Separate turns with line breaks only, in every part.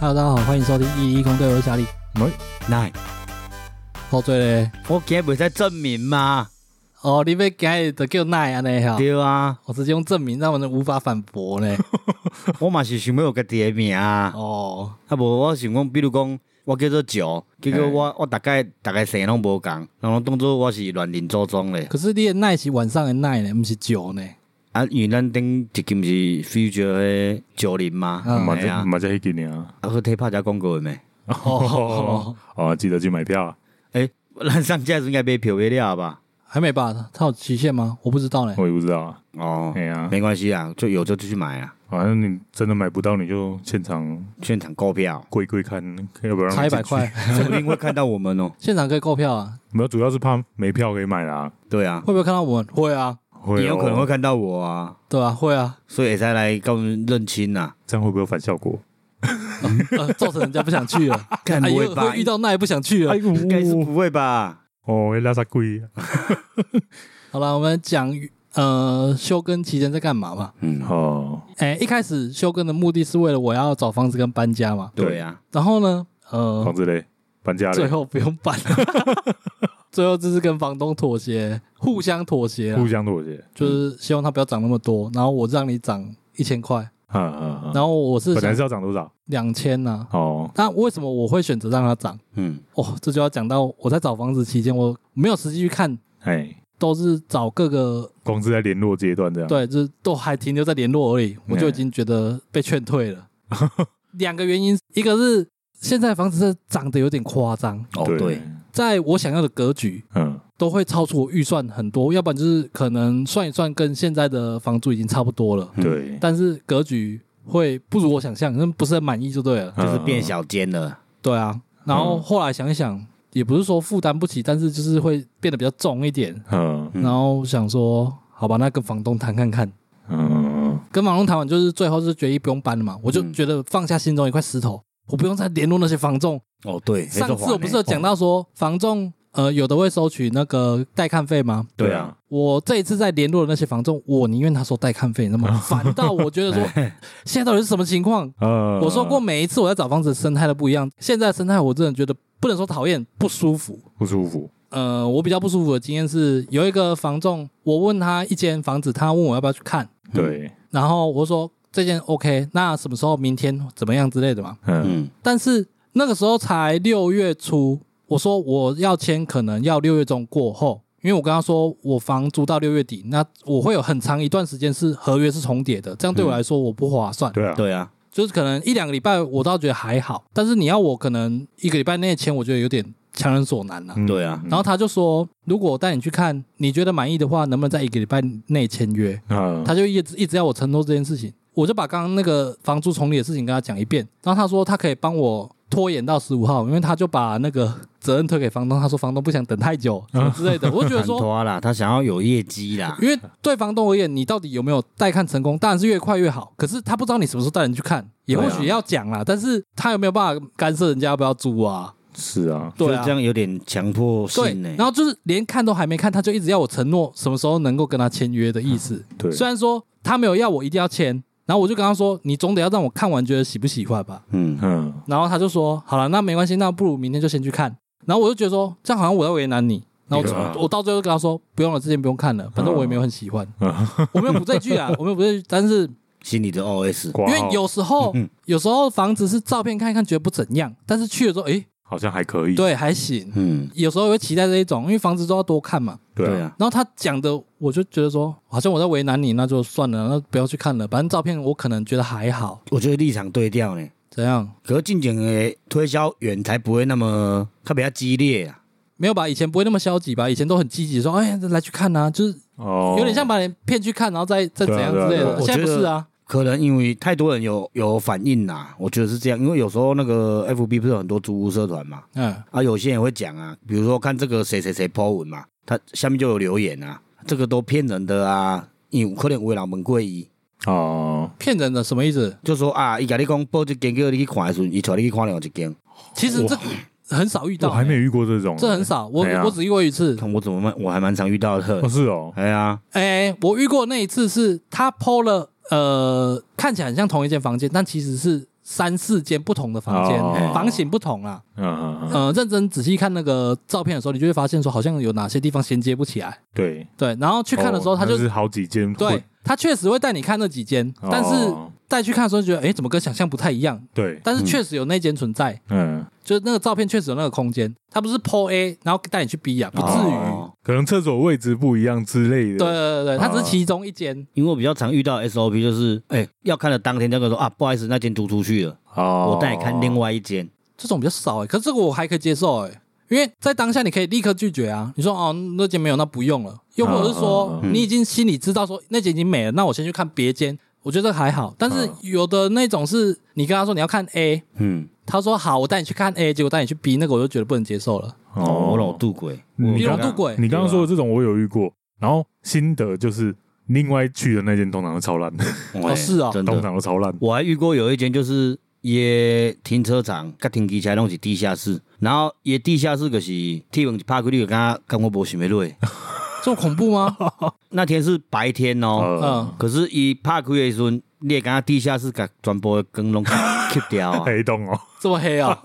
Hello，大家好，欢迎收听一一公队，我是小李。
奶，
喝醉嘞？
我今袂使证明嘛？
哦，你被改的叫奈安尼哈？
对啊，
我直接用证明让我们无法反驳 呢。
我嘛是想要有家己的名啊。
哦，
啊无，我想讲，比如讲，我叫做石，结果我我大概大概姓拢无共，然后当做我是乱认祖宗咧。
可是你的奈是晚上的奈呢，不是酒呢？
啊，因为咱顶一金是 future 的九零嘛，
嗯
嘛
哎
在
呀，
嘛在迄几年啊，
啊，去替拍遮广告的 咩？
哦，
哦，记得去买票啊，
诶，咱上架是应该买票买了吧？
还没吧？它有期限吗？我不知道呢。
我也不知道啊。
哦
哎，呀，
没关系啊，就有就就去买啊，
好像你真的买不到，你就现场，
现场购票
跪跪看，要不然
差一百块，
说不定会看到我们哦。
现场可以购票啊？
没有，主要是怕没票可以买啦。
对啊
会，不会看到我们？会啊，
会哦
也有可能会看到我啊，
对啊，会啊，
所以才来跟我们认亲呐。
这样会不会有反效果？
呃，造成人家不想去 了。
看
哎呦，
不啊会嗯吧？
会遇哎到奈不想去了。
哎呦
应该是不会吧？
哦，会拉萨贵啊。
好了，我们讲呃休耕期间在干嘛嘛？
嗯，
哦，
哎、一开始休耕的目的是为了我要找房子跟搬家嘛。
对呀、
然后呢，呃
房，子嘞，搬家
最
嘞，
后不用搬， 最后就是跟房东妥协，互相妥协啊
互，相妥协。
就是希望它不要涨那么多，然后我让你涨一千块，
啊啊啊！
然后我是
本来
想
是要涨多少？
两千呐。
哦，
那为什么我会选择让它涨？
嗯，
哦，这就要讲到我在找房子期间，我没有实际去看，
哎，
都是找各个
光是在联络阶段这样。，
对，就是都还停留在联络而
嗯
已，我就已经觉得被劝退 了。两个原因，一个是现在房子是涨得有点夸张，
哦对，，
在我想要的格局
嗯，
都会超出我预算很多，要不然就是可能算一算跟现在的房租已经差不多了，
嗯
对，
但是格局会不如我想象，那不是很满意就对了。
就是变小间了。
对啊，然后后来想一想，也不是说负担不起，但是就是会变得比较重一点，
嗯。
嗯
然后想说，好吧，那跟房东谈看看。
嗯嗯嗯，
跟房东谈完，就是最后是决议不用搬了嘛，我就
嗯
觉得放下心中一块石头，我不用再联络那些房仲。
哦，对，
上次我不是有讲
到、
到说，房仲呃有的会收取那个带看费吗？
对啊，
我这一次在联络的那些房仲，我宁愿他收带看费，那么反倒我觉得说，现在到底是什么情况？
呃，
我说过每一次我在找房子的生态都不一样，现在的生态我真的觉得不能说讨厌，不舒服。
不舒服，
呃，我比较不舒服的经验是，有一个房仲，我问他一间房子，他问我要不要去看，
对，
然后我说这件 OK，那什么时候明天怎么样之类的嘛。
嗯，
嗯
但是那个时候才六月初，我说我要签，可能要六月中过后，因为我跟他说我房租到六月底，那我会有很长一段时间是合约是重叠的，这样对我来说我不划算。
对啊，
对啊，
就是可能一两个礼拜我倒觉得还好，但是你要我可能一个礼拜内签，我觉得有点强人所难了、
嗯
对啊
嗯
然后他就说，如果我带你去看，你觉得满意的话，能不能在一个礼拜内签约？
啊，
他就一直一直要我承诺这件事情，我就把刚刚那个房租重理的事情跟他讲一遍，然后他说他可以帮我拖延到十五号，因为他就把那个责任推给房东，他说房东不想等太久什么之类的，我就觉得
谈
说。
拖啊啦，他想要有业绩啦。
因为对房东而言，你到底有没有带看成功？当然是越快越好。可是他不知道你什么时候带人去看，也或
对啊
许要讲啦。但是他有没有办法干涉人家要不要租啊？
是啊，
对
就
啊
这，样有点强迫
对
性呢、。
然后就是连看都还没看，他就一直要我承诺什么时候能够跟他签约的意思。
对，
虽然说他没有要我一定要签，然后我就跟他说，你总得要让我看完觉得喜不喜欢吧。
嗯，
嗯，
然后他就说，好了，那没关系，那不如明天就先去看。然后我就觉得说，这样好像我在为难你。然后
对啊
我我到最后就跟他说，不用了，之前不用看了，反正我也没有很喜 欢，我没有补这句啊，我没有补这句，但是
心里的 OS，
挂
因为
号
有时 候
嗯
有时候房子是照片看一看觉得不怎样，但是去了之后，诶，
好像还可以，
对，还行。
嗯，
有时候会期待这一种，因为房子都要多看嘛。
对
对啊，
啊，
然后他讲的，我就觉得说，好像我在为难你，那就算了，那不要去看了。反正照片我可能觉得还好，
我觉得立场对调呢、
怎样？
可是进前的推销员才不会那么，他比较激烈啊。
没有吧？以前不会那么消极吧？以前都很积极，说哎来去看啊，就是
哦，
有点像把人骗去看，然后再再怎样之类
对啊对啊对
的。
啊
我
现在不
觉得
是啊，
可能因为太多人有有反应啦，我觉得是这样。因为有时候那个 FB 不是有很多租屋社团嘛，
嗯，
啊，有些人会讲啊，比如说看这个谁谁谁 po 文嘛，他下面就有留言啊，这个都骗人的啊，因为有可能为人问过伊，
哦，
骗人的什么意思？
就说啊，伊甲你讲报一间，叫你去看的时候，伊带你去看了一间，
其实这很少遇
我
到、哎
还没遇过这种，
这很少，我
哎呀
我只遇过一次。
看我怎么蛮我还蛮常遇到
哦
的，
是哦，
哎呀，
哎、我遇过那一次是他 PO 了，呃，看起来很像同一间房间，但其实是三四间不同的房间，
哦
房型不同啦。
嗯嗯嗯，
呃，认真仔细看那个照片的时候，你就会发现说好像有哪些地方衔接不起来。
对。
对，然后去看的时候，
哦
他就、
那是好几间混，
对他确实会带你看那几间，
哦
但是带去看的时候就觉得，哎，怎么跟想象不太一样？
对，
但是确实有那间存在，
嗯，
就是那个照片确实有那个空间，他不是 PO A，然后带你去 B 啊，不至于。
哦
可能厕所位置不一样之类的。
对啊对对，对它只是
哦
其中一间。
因为我比较常遇到 SOP 就是，哎、要看的当天，他跟我说啊，不好意思，那间租出去了，
哦，
我带你看另外一间。
这种比较少哎、可是这个我还可以接受哎、因为在当下你可以立刻拒绝啊，你说哦那间没有，那不用了，又或者是说
嗯
嗯、
嗯
你已经心里知道说那间已经没了，那我先去看别间，我觉得这个还好。但是
嗯
有的那种是你跟他说你要看 A，
嗯，
他说好，我带你去看 A，结果带你去 B，那个我就觉得不能接受了。
哦，我老渡鬼，
嗯
我
你老
刚
渡鬼
你刚刚说的这种我有遇过，然后心得就是另外去的那间通常都超烂的，
哦
是哦
真
通
的，
常都超烂。
我还遇过有一间就是也停车场，甲停机车拢是地下室，然后也地下室就是铁门一拍开，你就感觉感觉无想要落。
这么恐怖 吗？
那天是白天哦，
嗯
呃，
可是伊拍开的时阵，你会感觉地下室甲全部的光拢吸掉啊。
黑洞哦，
这么黑啊、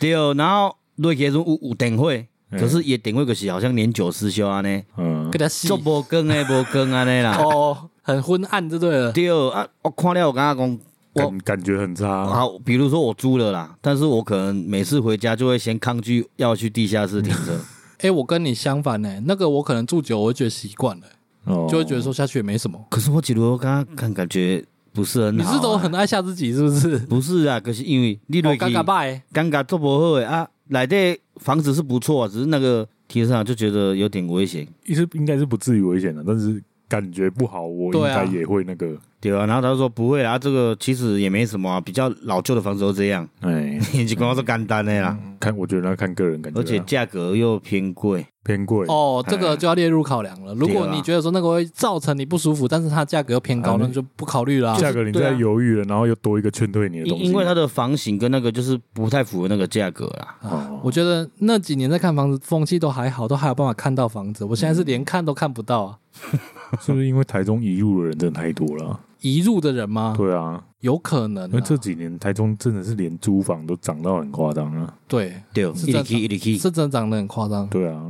对，然后落去的时阵有有电火，
嗯
可是伊的电火就是好像年久失修安尼，
嗯
给，他 洗
做无光的无光安尼
啊
啦。
哦，很昏暗就对 了。
对啊，我看了我感觉讲。我
感感觉很差。
好，啊比如说我租了啦，但是我可能每次回家就会先抗拒要去地下室停车。
哎、我跟你相反呢、那个我可能住久，我会觉得习惯了，
哦
就会觉得说下去也没什么。
可是我觉得我刚刚看感觉不是很
你
好、啊
是都很？爱吓自己是不是？
不是啊，可是因为你
我
落去
尴尬哦拜。
尴尬做不好的啊，来的房子是不错、啊，只是那个停车场就觉得有点危险，
其实应该是不至于危险的，但是感觉不好，我应
对啊
该也会那个，
对啊，然后他就说不会啊，这个其实也没什么、啊，比较老旧的房子都这样，
哎，
你就光是干单的啦，
看我觉得那看个人感觉
而
啊，
且价格又偏贵。
偏贵
哦，这个
哎啊
就要列入考量了。如果
对啦
你觉得说那个会造成你不舒服，但是它价格又偏高，
啊
那
那
就不考虑啦。
价格你
对啊
在犹豫了，然后又多一个劝退你的东
因
西，
因为它的房型跟那个就是不太符合那个价格啦，
啊
哦
我觉得那几年在看房子，风气都还好，都还有办法看到房子。我现在是连看都看不到啊，
嗯是不是因为台中移入的人真的太多了？
啊
移入的人吗？
对啊，
有可能
因
啊
为。这几年台中真的是连租房都涨到很夸张啊。
对，
对，
是
一里去一里
啊
去
是，真的涨得很夸张。
对啊，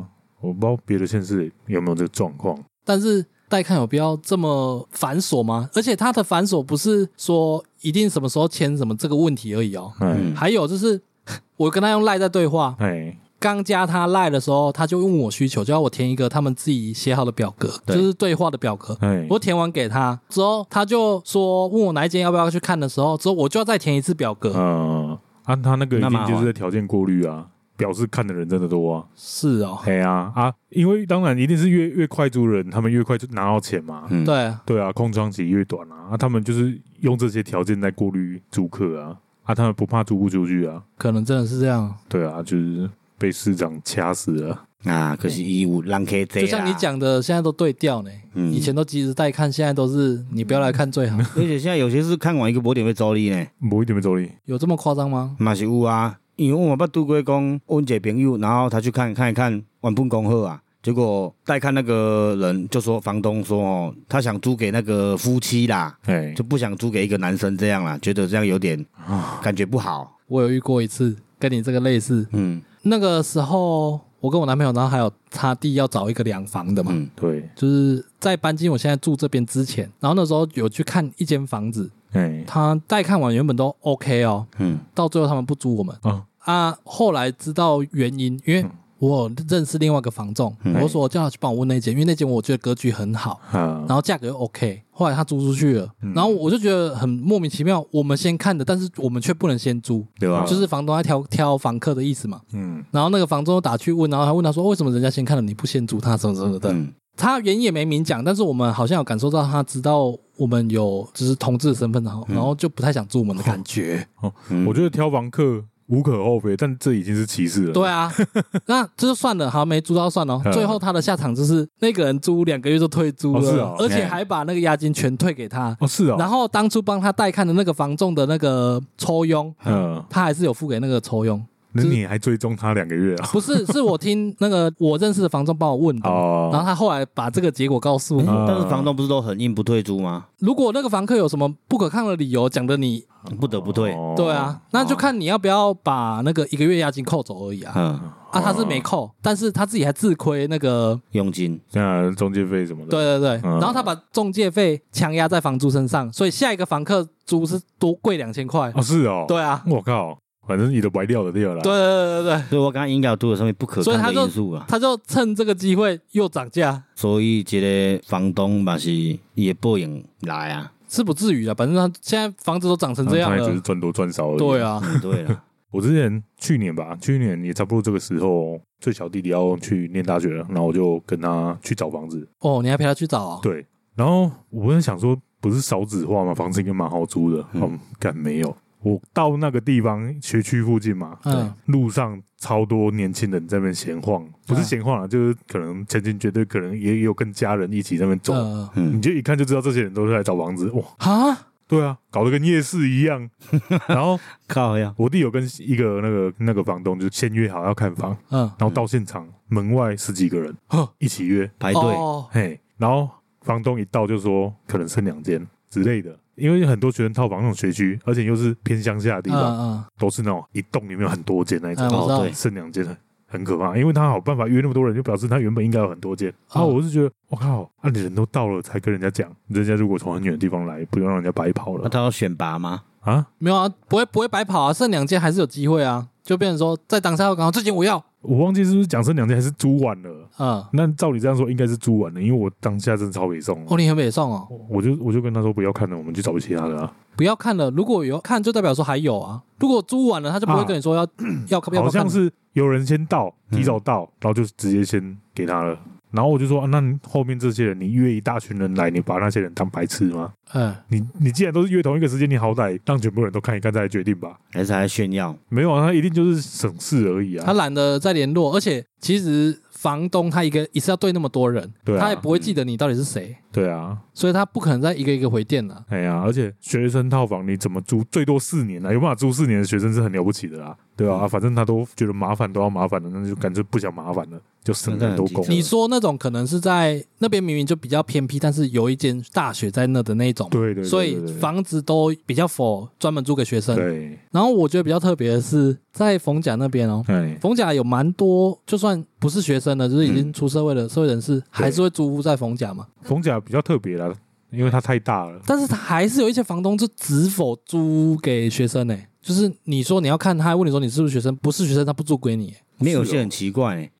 我不知道别的县市有没有这个状况。
但是带看有必要这么繁琐吗？而且它的繁琐不是说一定什么时候签什么这个问题而已哦。
哎
嗯
还有就是， 我跟他用赖在对话，
哎，
刚加他赖的时候，他就问我需求，就要我填一个他们自己写好的表格，就
对嗯
是对话的表格。
哎
我填完给他之后，他就说问我哪一间要不要去看的时候，之后我就要再填一次表格。
嗯，啊，他那个已
那蛮
经
好
就是在条件过滤啊，表示看的人真的多啊。
是哦，
哎呀啊，因为当然一定是越越快租人，他们越快就拿到钱嘛。
嗯，
对，
对啊，空窗期越短啊，啊，他们就是用这些条件在过滤租客啊，啊，他们不怕租不出去啊。
可能真的是这样。
对啊，就是被市长掐死了。
啊，可是伊有人客坐
就像你，讲的，现在都对调呢，
啊嗯
以前都及时带看，现在都是你不要来看最好。
而且现在有些是看完一个博点会走你呢，
某一点没走力，
有这么夸张吗？
嘛是有啊。因为我捌拄过讲，阮一个朋友，然后他去看看一看，原本讲好啊，结果带看那个人就说，房东说哦，他想租给那个夫妻啦，
哎，
就不想租给一个男生这样啦，觉得这样有点
啊
感觉不好。
我有遇过一次，跟你这个类似。
嗯
那个时候，我跟我男朋友，然后还有他弟要找一个两房的嘛，
嗯
对，
就是在搬进我现在住这边之前，然后那时候有去看一间房子，
哎
他带看完原本都 OK 哦，
嗯，
到最后他们不租我们
啊，
啊，后来知道原因，因为我有认识另外一个房仲，
嗯
我就说我叫他去帮我问那间，因为那间我觉得格局很好，
啊
嗯
然，后价格又 OK，后来他租出去了，然后我就觉得很莫名其妙，我们先看的，但是我们却不能先租，
对啊吧
就？是房东在挑挑房客的意思嘛。
嗯，
然后那个房东打去问，然后还问他说哦为什么人家先看了你不先租他什么什么的，
嗯
他原因也没明讲，但是我们好像有感受到他知道我们有就是同志的身份，然后、
嗯
然后就不太想住我们的感 觉。
嗯
我觉得挑房客无可厚非，但这已经是歧视了。
对啊， 那这就算了，好没租到算了。
嗯
最后他的下场就是那个人租两个月就退租
哦是
了，
哦
而且还把那个押金全退给他。
哦，是
然
哦，
后当初帮他带看的那个房仲的那个抽佣，
嗯，
他还是有付给那个抽佣。
那
就是
你还追踪他两个月啊？
不是，是我听那个我认识的房东帮我问的，然后
哦，
他后来把这个结果告诉我。
啊
但是房东不是都很硬不退租吗？
如果那个房客有什么不可抗的理由，讲的你
不得不退。
哦
对啊，，那就看你要不要把那个一个月押金扣走而已啊。
嗯，
哦
啊，他是没扣，但是他自己还自亏那个，
佣金
那中介费什么的，
对对对，
嗯
然后他把中介费强压在房租身上，所以下一个房客租是多贵两千块。
哦，是哦，，
对啊，
我靠，反正你的白掉的掉了，
对对，对对对，
所以我刚刚应该有拄着上面不可
所以他
抗的
就
因素啊，
他就趁这个机会又涨价，
所以这个房东嘛是伊的报应来 啊，
是不至于的，反正他现在房子都涨成这样
他也只是
了。
赚多赚少而已。
对，啊，
嗯对了，
我之前去年吧，去年也差不多这个时候，最小弟弟要去念大学了，然后我就跟他去找房子，
哦，你还陪他去找啊？
对，然后我在想说，不是少子化吗？ 房子应该蛮好租的，
嗯
嗯，干没有。我到那个地方学区附近嘛，
嗯，
路上超多年轻人在那边闲晃，不是
啊
闲晃啊，就是可能前进绝对可能也有跟家人一起在那边走，
嗯，
你
嗯，
就一看就知道这些人都是来找房子哇。
啊，
对啊，搞得跟夜市一样。 然后
靠呀，
我弟有跟一个那个那个房东就先约好要看房，
嗯，
然后到现场门外十几个人
呵
一起约，
排队，
哦
嘿，然后房东一到就说可能剩两间之类的，因为很多学生套房那种学区，而且又是偏乡下的地
嗯
方，
嗯
都是那种一栋里面有很多间那一种
嗯，，我知道
对，
剩两间很很可怕，因为他好办法约那么多人，就表示他原本应该有很多间。啊，
嗯
我是觉得我靠，啊你人都到了才跟人家讲，人家如果从很远的地方来，不用让人家白跑
啊
那
了
他要选拔吗？
啊。
没有啊，不会不会白跑啊，剩两间还是有机会啊，就变成说在当下要赶快，这间我要，
我忘记是不是讲剩两间还是租完了。
嗯，
那照你这样说，应该是租完了，因为我当下真的超北宋了
哦，你很北宋哦，
我就我就跟他说不要看了，我们去找其他的啊。
不要看了，如果有看就代表说还有啊，如果租完了他就不会
啊
跟你说 要要要
好
哦不要看
像是有人先到，
嗯
提早到，然后就直接先给他了。然后我就说，啊、那你后面这些人，你约一大群人来，你把那些人当白痴吗？
嗯，
你你既然都是约同一个时间，你好歹让全部人都看一看再来决定吧。
还是还哦炫耀？
没有啊，他一定就是省事而已
他
啊。
懒得再联络，而且其实房东他一个一次要对那么多人，
对啊
他也不会记得你到底是谁，
对啊，
所以他不可能再一个一个回电啊了。
哎呀，而且学生套房你怎么租，最多四年啊，有办法租四年的学生是很了不起的啦，对啊，反正他都觉得麻烦都要麻烦了，那就干脆不想麻烦了，就省很多工
嗯。
你说那种可能是在那边明明就比较偏僻，但是有一间大学在那的那一种，
对对对，
所以
对对
房子都比较否专门租给学生。
对，
然后我觉得比较特别的是在逢甲那边哦，
哎，
逢甲有蛮多，就算不是学生了，就是已经出社会的社会人士，还是会租屋在逢甲嘛。
逢甲比较特别啦，因为它太大了，
但是他还是有一些房东就只否租给学生呢、欸就是你说你要看，他还问你说你是不是学生，不是学生他不租给你、欸
没有
是哦
些很奇怪、 欸。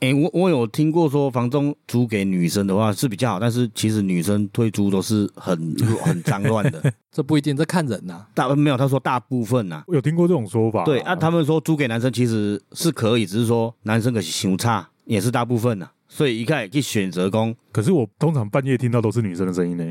哎、我我有听过说，房东租给女生的话是比较好，但是其实女生退租都是很很脏乱 的。
这不一定，这看人啊呐、
大没有，他说大部分呐、
我有听过这种说法。
对啊，他们说租给男生其实是可以，只是说男生可是胸差，也是大部分呐、所以一开始去选择工，
可是我通常半夜听到都是女生的声音呢。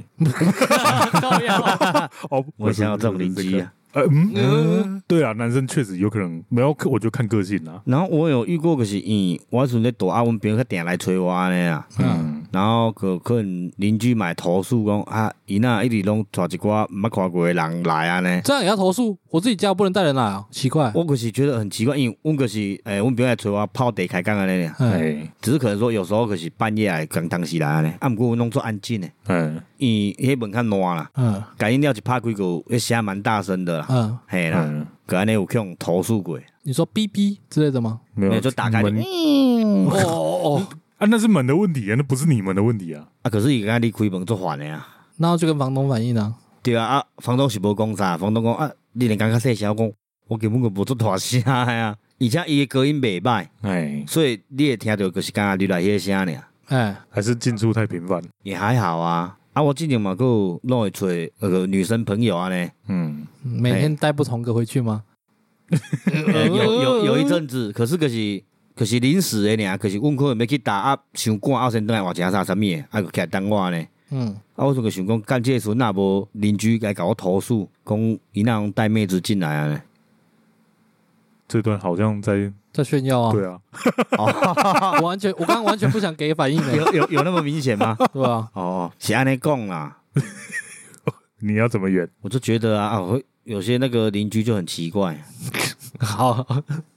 靠腰
哦，
我想要这种邻居啊。
不是。不是不是这个呃嗯，对啊，男生确实有可能没有，我就看个性啊啦。
然后我有遇过，可是因我准在躲啊，阮朋友定来催我安尼啊，
嗯
嗯，
然后可可能邻居买投诉讲啊，伊那一直拢带一寡毋捌看过的人来安尼。
这样也要投诉？我自己家不能带人来啊、奇怪。
我可是觉得很奇怪，因为我可是诶，欸我朋友来找我泡茶开讲安尼俩，
哎，
哎
只是可能说有时候可是半夜来讲当时来安尼，啊，毋过我弄做安静诶，
哎，
因为迄门较烂啦，
嗯
感应了一拍几个，迄声蛮大声的啦，
嗯，
嘿啦，
嗯
可安尼有去互投诉过，
你说哔哔之类的吗？
没有
那就打开就
门
哦哦哦，
啊，那是门的问题啊，那不是你们的问题啊。
啊，可是伊敢你开门做烦诶啊，
然后就跟房东反映啊。
对啊，啊，房东是无讲啥，房东讲啊，你连讲较细声，我讲我根本就无做大声的啊，而且伊诶隔音袂歹，
哎，
所以你会听到就是敢你来迄个声俩。
哎，
还是进出太频繁。
也还好啊。啊，我之前嘛，还有拢会找那个女生朋友啊呢。
嗯，
每天带不同个回去吗？
呃 有有有一阵子，可是可是可是临时的呢，可是阮可能要去打啊，想赶啊，先等来换一下啥啥物的，啊，就起来等我呢。
嗯，
啊，我就想讲，干这个时阵若无邻居来甲我投诉，讲伊那样带妹子进来啊呢。
这段好像在
在炫耀啊！
对啊，
我完全，我刚刚完全不想给反应 的，
有有有那么明显吗？
对吧？
哦，是安尼讲啦，
你要怎么圆？
我就觉得啊，啊，会有些那个邻居就很奇怪，
好，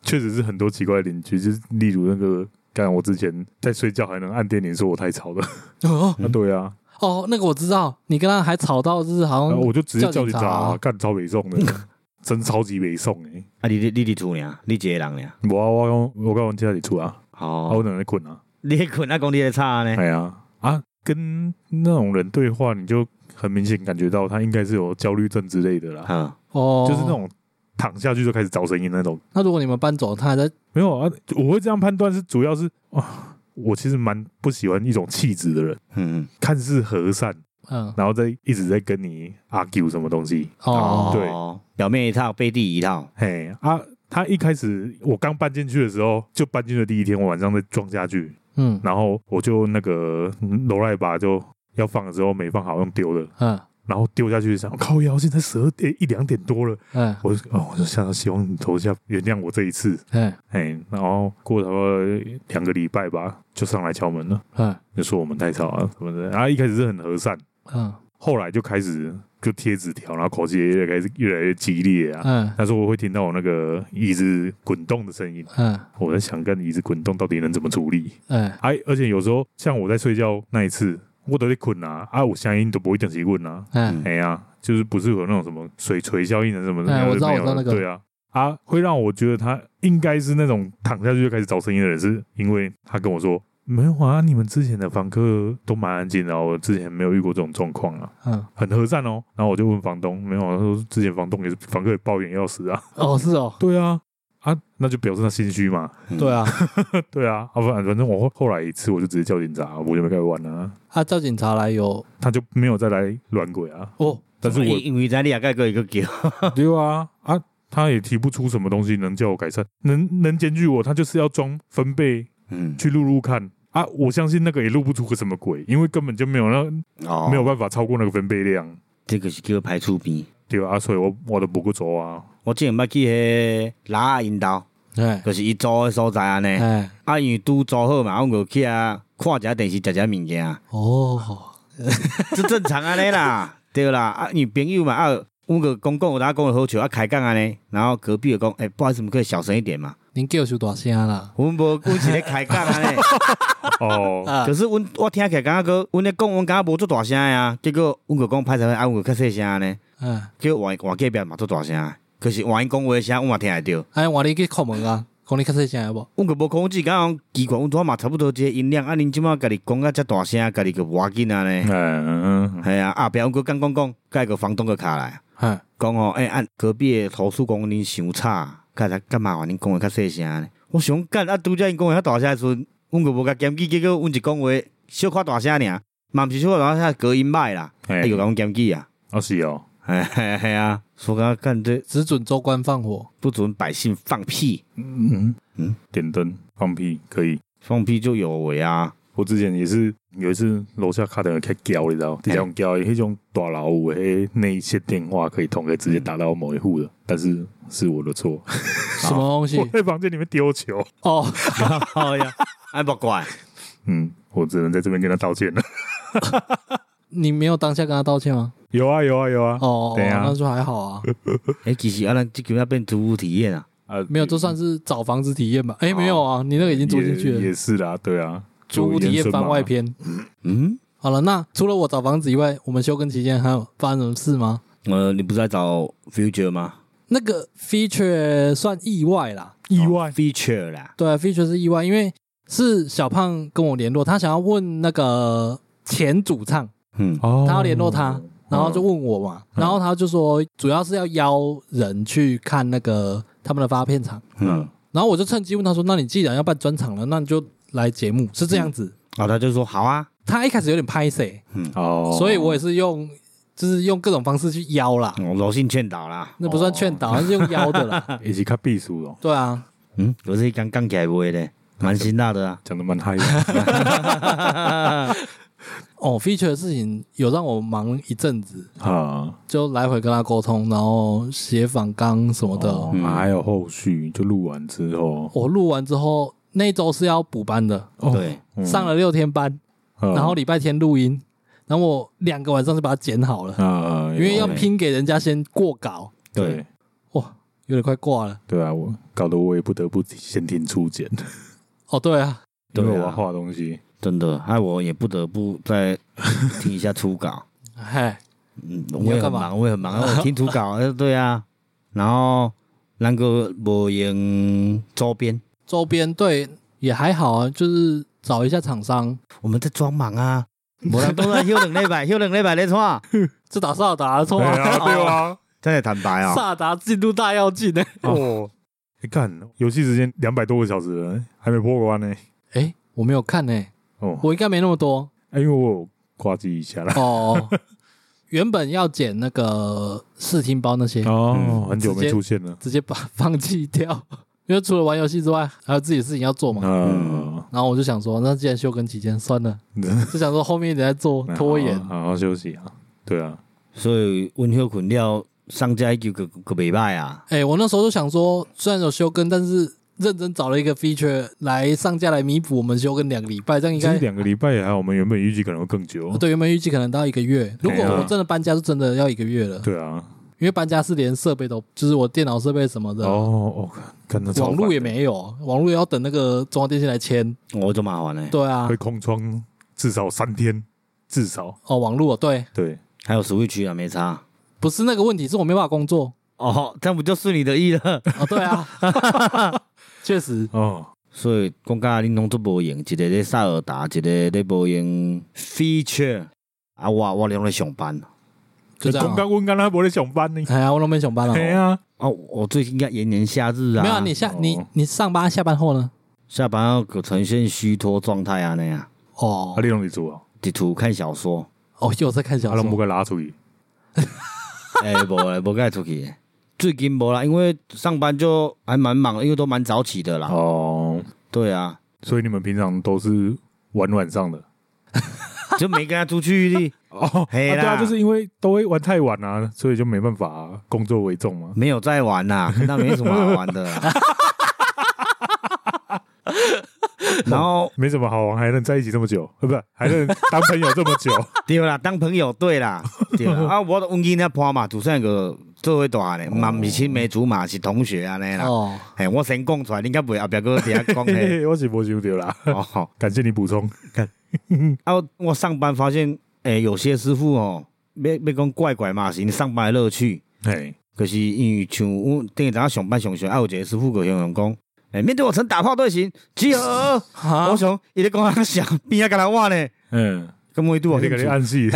确实是很多奇怪的邻居，就是例如那个，干我之前在睡觉还能按电铃说我太吵了，
哦
啊，对啊，
哦，那个我知道，你跟他还吵到就是好
然
像
后我就直接
叫
哦叫
警
警
察
察啊，干超北送的，真超级北送哎，
啊，你你你伫厝尔，你一个人尔。
我啊我刚我刚往家里出啊，啊我
哦，
等在困啊，
你在困啊，讲你在吵呢。
哎呀啊，跟那种人对话，你就很明显感觉到他应该是有焦虑症之类的啦，
嗯，
哦，
就是那。种躺下去就开始找声音那种。
那如果你们搬走，他还在
没有啊，我会这样判断是主要是啊，我其实蛮不喜欢一种气质的人，
嗯，
看似和善，
嗯
然后再一直在跟你 argue 什么东西。
哦
对，
表面一套，背地一套。
嘿啊，他一开始我刚搬进去的时候，就搬进去的第一天，我晚上在装家具，
嗯
然后我就那个嗯楼赖把就要放的时候没放好，用丢了。
嗯
然后丢下去想靠腰，现在十二点一两点多了，
嗯
我就哦，我就想希望你投下原谅我这一次，
嗯
哎，然后过了两个礼拜吧，就上来敲门了。
嗯
就说我们太吵啊什么的。然后一开始是很和善，
嗯
后来就开始就贴纸条，然后口气也越来越越来越激烈啊。
嗯
他说我会听到我那个椅子滚动的声音，
嗯
我在想，跟椅子滚动到底能怎么处理？
嗯，
哎，而且有时候像我在睡觉那一次，我都在困啊，啊，我声音都不会定时困啊，
嗯
哎呀、就是不是有那种什么水锤效应的什么的，
哎我知道
没有
我知道那个
对啊。啊，会让我觉得他应该是那种躺下去就开始找声音的人，是因为他跟我说没有啊，你们之前的房客都蛮安静的、啊，我之前没有遇过这种状况啊，
嗯，
很和善哦。然后我就问房东，没有、啊，他说之前房东也是房客也抱怨要死啊，
哦是哦，
对啊， 啊，那就表示他心虚嘛，
嗯
对，啊，
对啊，啊反反正我后后来一次我就直接叫警察，我就没跟他玩了、啊，
他叫警察来有
他就没有再来软鬼啊，
哦，
但是我
因因为咱你也盖过一个叫，
对啊，啊，他也提不出什么东西能叫我改善，能能检举我，他就是要装分贝
嗯，
去录录看啊。我相信那个也录不出个什么鬼，因为根本就没有那、
哦
没有，办法超过那个分贝量，
这个是叫排除病。
对啊，所以我我都不够做啊。
我之前捌去迄拉仔因兜，
哎
就是伊租的所在安尼，
哎
啊，因为拄租好嘛，阮就去啊看一下电视，食食物件，
哦，
这正常安尼啦，对啦，啊，因为朋友嘛，啊，阮个讲讲有哪讲的好笑，啊，开讲安尼，然后隔壁就讲，诶、不好意思，我们可以小声一点嘛，
您叫修大声啊啦，
阮无，阮是咧开讲安尼，
哦，
啊
可是阮我听起来感觉个，阮咧讲，阮感觉无做大声的啊，结果阮个讲歹势，啊，阮个较细声安尼，
嗯，
叫换换隔壁嘛做大声的，可是换因讲话的声，阮嘛听会着。
哎，我你去叩门啊，讲你较细声好无？
阮个无控制，敢讲奇怪，阮拄仔嘛差不多即个音量，啊，恁即马家己讲啊遮大声，家己个无要紧啊呢。
嗯，
系啊，后壁阮佫讲讲讲，甲个房东佫敲来，
嗯
讲吼，诶、按隔壁的投诉讲恁伤吵，干啥干嘛？恁讲话较细声呢？我想干啊，拄则因讲话较大声的时阵，阮个无甲检举，结果阮一讲话小可大声尔，嘛毋是小可大声，隔音歹啦，
哎
伊就甲阮检举啊。
啊是哦，
系系啊，所以讲干这
只准州官放火，
不准百姓放屁，
嗯嗯，点灯放屁可以。
放屁就有为啊。
我之前也是有一次楼下卡电话开叫，你知道，这种叫迄种大老五的内线电话可以通，可以直接打到某一户的，但是是我的错，
什么东西
我？在房间里面丢球。
哦，
好呀， 哎，莫怪。
嗯，我只能在这边跟他道歉了。
你没有当下跟他道歉吗？
有啊，有啊，有啊。
哦，哦
对啊
那就还好啊，
哎、其实啊，咱这个要变租屋体验啊，
啊，
没有，这算是找房子体验吧？哎，没有啊，你那个已
也
经租进去了，
哦也是啦，对啊，
租屋体验番外。篇。
嗯，
好了，那除了我找房子以外，我们休耕期间还有发生什么事吗？
呃，你不是在找 future 吗？
那个 feature 算意外啦，
意外
哦 feature 啦，
对，feature 啊是意外，因为是小胖跟我联络，他想要问那个前主唱，
嗯，
哦
他要联络他，然后就问我嘛，
嗯
然后他就说主要是要邀人去看那个他们的发片场，
嗯，
然后我就趁机问他说，那你既然要办专场了，那你就来节目，是这样
嗯
子。
哦，他就说好啊，
他一开始有点拍谁，
哦，
所以我也是用就是用各种方式去邀啦，
我哦柔性劝导啦，
那不算劝导，那是用邀的 啦。
一起看避暑哦，
对啊，
嗯，可是刚刚起来会嘞，蛮辛辣的
讲的蛮嗨的。
啊，
哦，feature 的事情有让我忙一阵子，
啊，
就来回跟他沟通，然后写访纲什么的。
哦
嗯
还有后续，就录完之后，
我录完之后，那一周是要补班的，
哦
对，
嗯
上了六天班，
嗯
然后礼拜天录音，然后我两个
哦
晚上就把它剪好了，
啊，
因为
有
要拼给人家先过稿。
对，
哇，有点快挂了。
对啊，我搞得我也不得不先停初检，
哦，对啊，
因为
对
我
啊
要画东西。
真的，害我也不得不再听一下初稿。
嘿，
嗯，
你
我
要
也
干
很
嘛
忙，我也很忙，我听初稿。 呃，对啊，然后咱哥无用周边，
周边对也还好啊，就是找一下厂商。
我们在装忙啊。无人都在休两礼 拜，休两礼拜咧创，
这打萨尔达的错
对啊，
啊，
对啊。
真的坦白 啊、
萨尔达进入大跃进呢。
哦，你看游戏时间两百多个小时了，还没破关呢。
哎，我没有看呢、
哦，
我应该没那么多
哎因为我有挂机一下啦。
哦。 原本要剪那个试听包那些，
哦，很久
直
没
接
出现了。
直接把放弃掉， 因为除了玩游戏之外，还有自己的事情要做嘛。
啊，
然后我就想说，那既然休更期间，算了，就想说后面一直在做
哦
嗯拖延。
好好好休息啊。对啊，
所以阮休困了，上架一球个个袂歹啊。
哎、我那时候就想说，虽然有休更，但是认真找了一个 feature 来上架来弥补我们休更两个礼拜，这样应
其实
该
两个礼拜也还好，我们原本预计可能会更久。
对原本预计可能到一个月。如果
哎呀
我真的搬家，是真的要一个月了，
对啊，
因为搬家是连设备都，就是我电脑设备什么的，
哦哦，看到
啊网络也没有，网络也要等那个中华电信来签。
我就麻烦嘞、
对啊
会，空窗，至少三天，至少
哦，网络对，
对。
还有 Switch 啊，没差。
不是那个问题，是我没办法工 作。
哦，这样不就顺你的意了？
哦，对啊， 确实，
哦，
所以讲甲恁拢做无用，一个咧萨尔达，一个咧无用 feature。啊，我我拢咧上班。
就这样
刚
啊、
刚问刚才不在上班呢。
哎呀，我都没上班了。
对啊，
哦，我最近应该炎炎夏日啊，
没有啊，你下
哦
你你上班下班后呢？
下班后可呈现虚脱状态啊那样，
哦
啊，你用你做啊，
地图看小说，
哦，又在看小
啊，拢不
说。
该拉出去。
哎、无诶，无该出去的。最近无啦，因为上班就还蛮忙的，因为都蛮早起的
啊
啦。
哦，
对啊，
所以你们平常都是玩晚上的。
就没跟他出去
哦，
嘿
啊对啊，
啦
就是因为都会玩太晚啊，所以就没办法、啊，工作为重嘛。
没有在玩呐、那没什么好玩的 啦。然后
没什么好玩，还能在一起这么久，呃，不，还能当朋友这么 久，
对啦，当朋友对啦，对啦。啊，我温馨那伴嘛，就算个做伙大呢，嘛毋是青梅竹马，是同学安尼啦。
哦，
嘿，我先讲出来，恁敢袂后壁搁 伫遐讲
嘿
嘿。
嘿我是没想到啦。
哦，好
感谢你补充，
啊，我我上班发现，诶、有些师傅哦，要要讲怪怪嘛，是因上班的乐趣，
哎，
可、是因为像阮顶一早上班上学，啊，有一个师傅个形容讲，诶、面对我成打炮队形，集合。
啊
我，想伊咧讲啊想边啊甲人我呢，
嗯，
咁我伊拄
我
我
给
兴
你
趣。
暗示，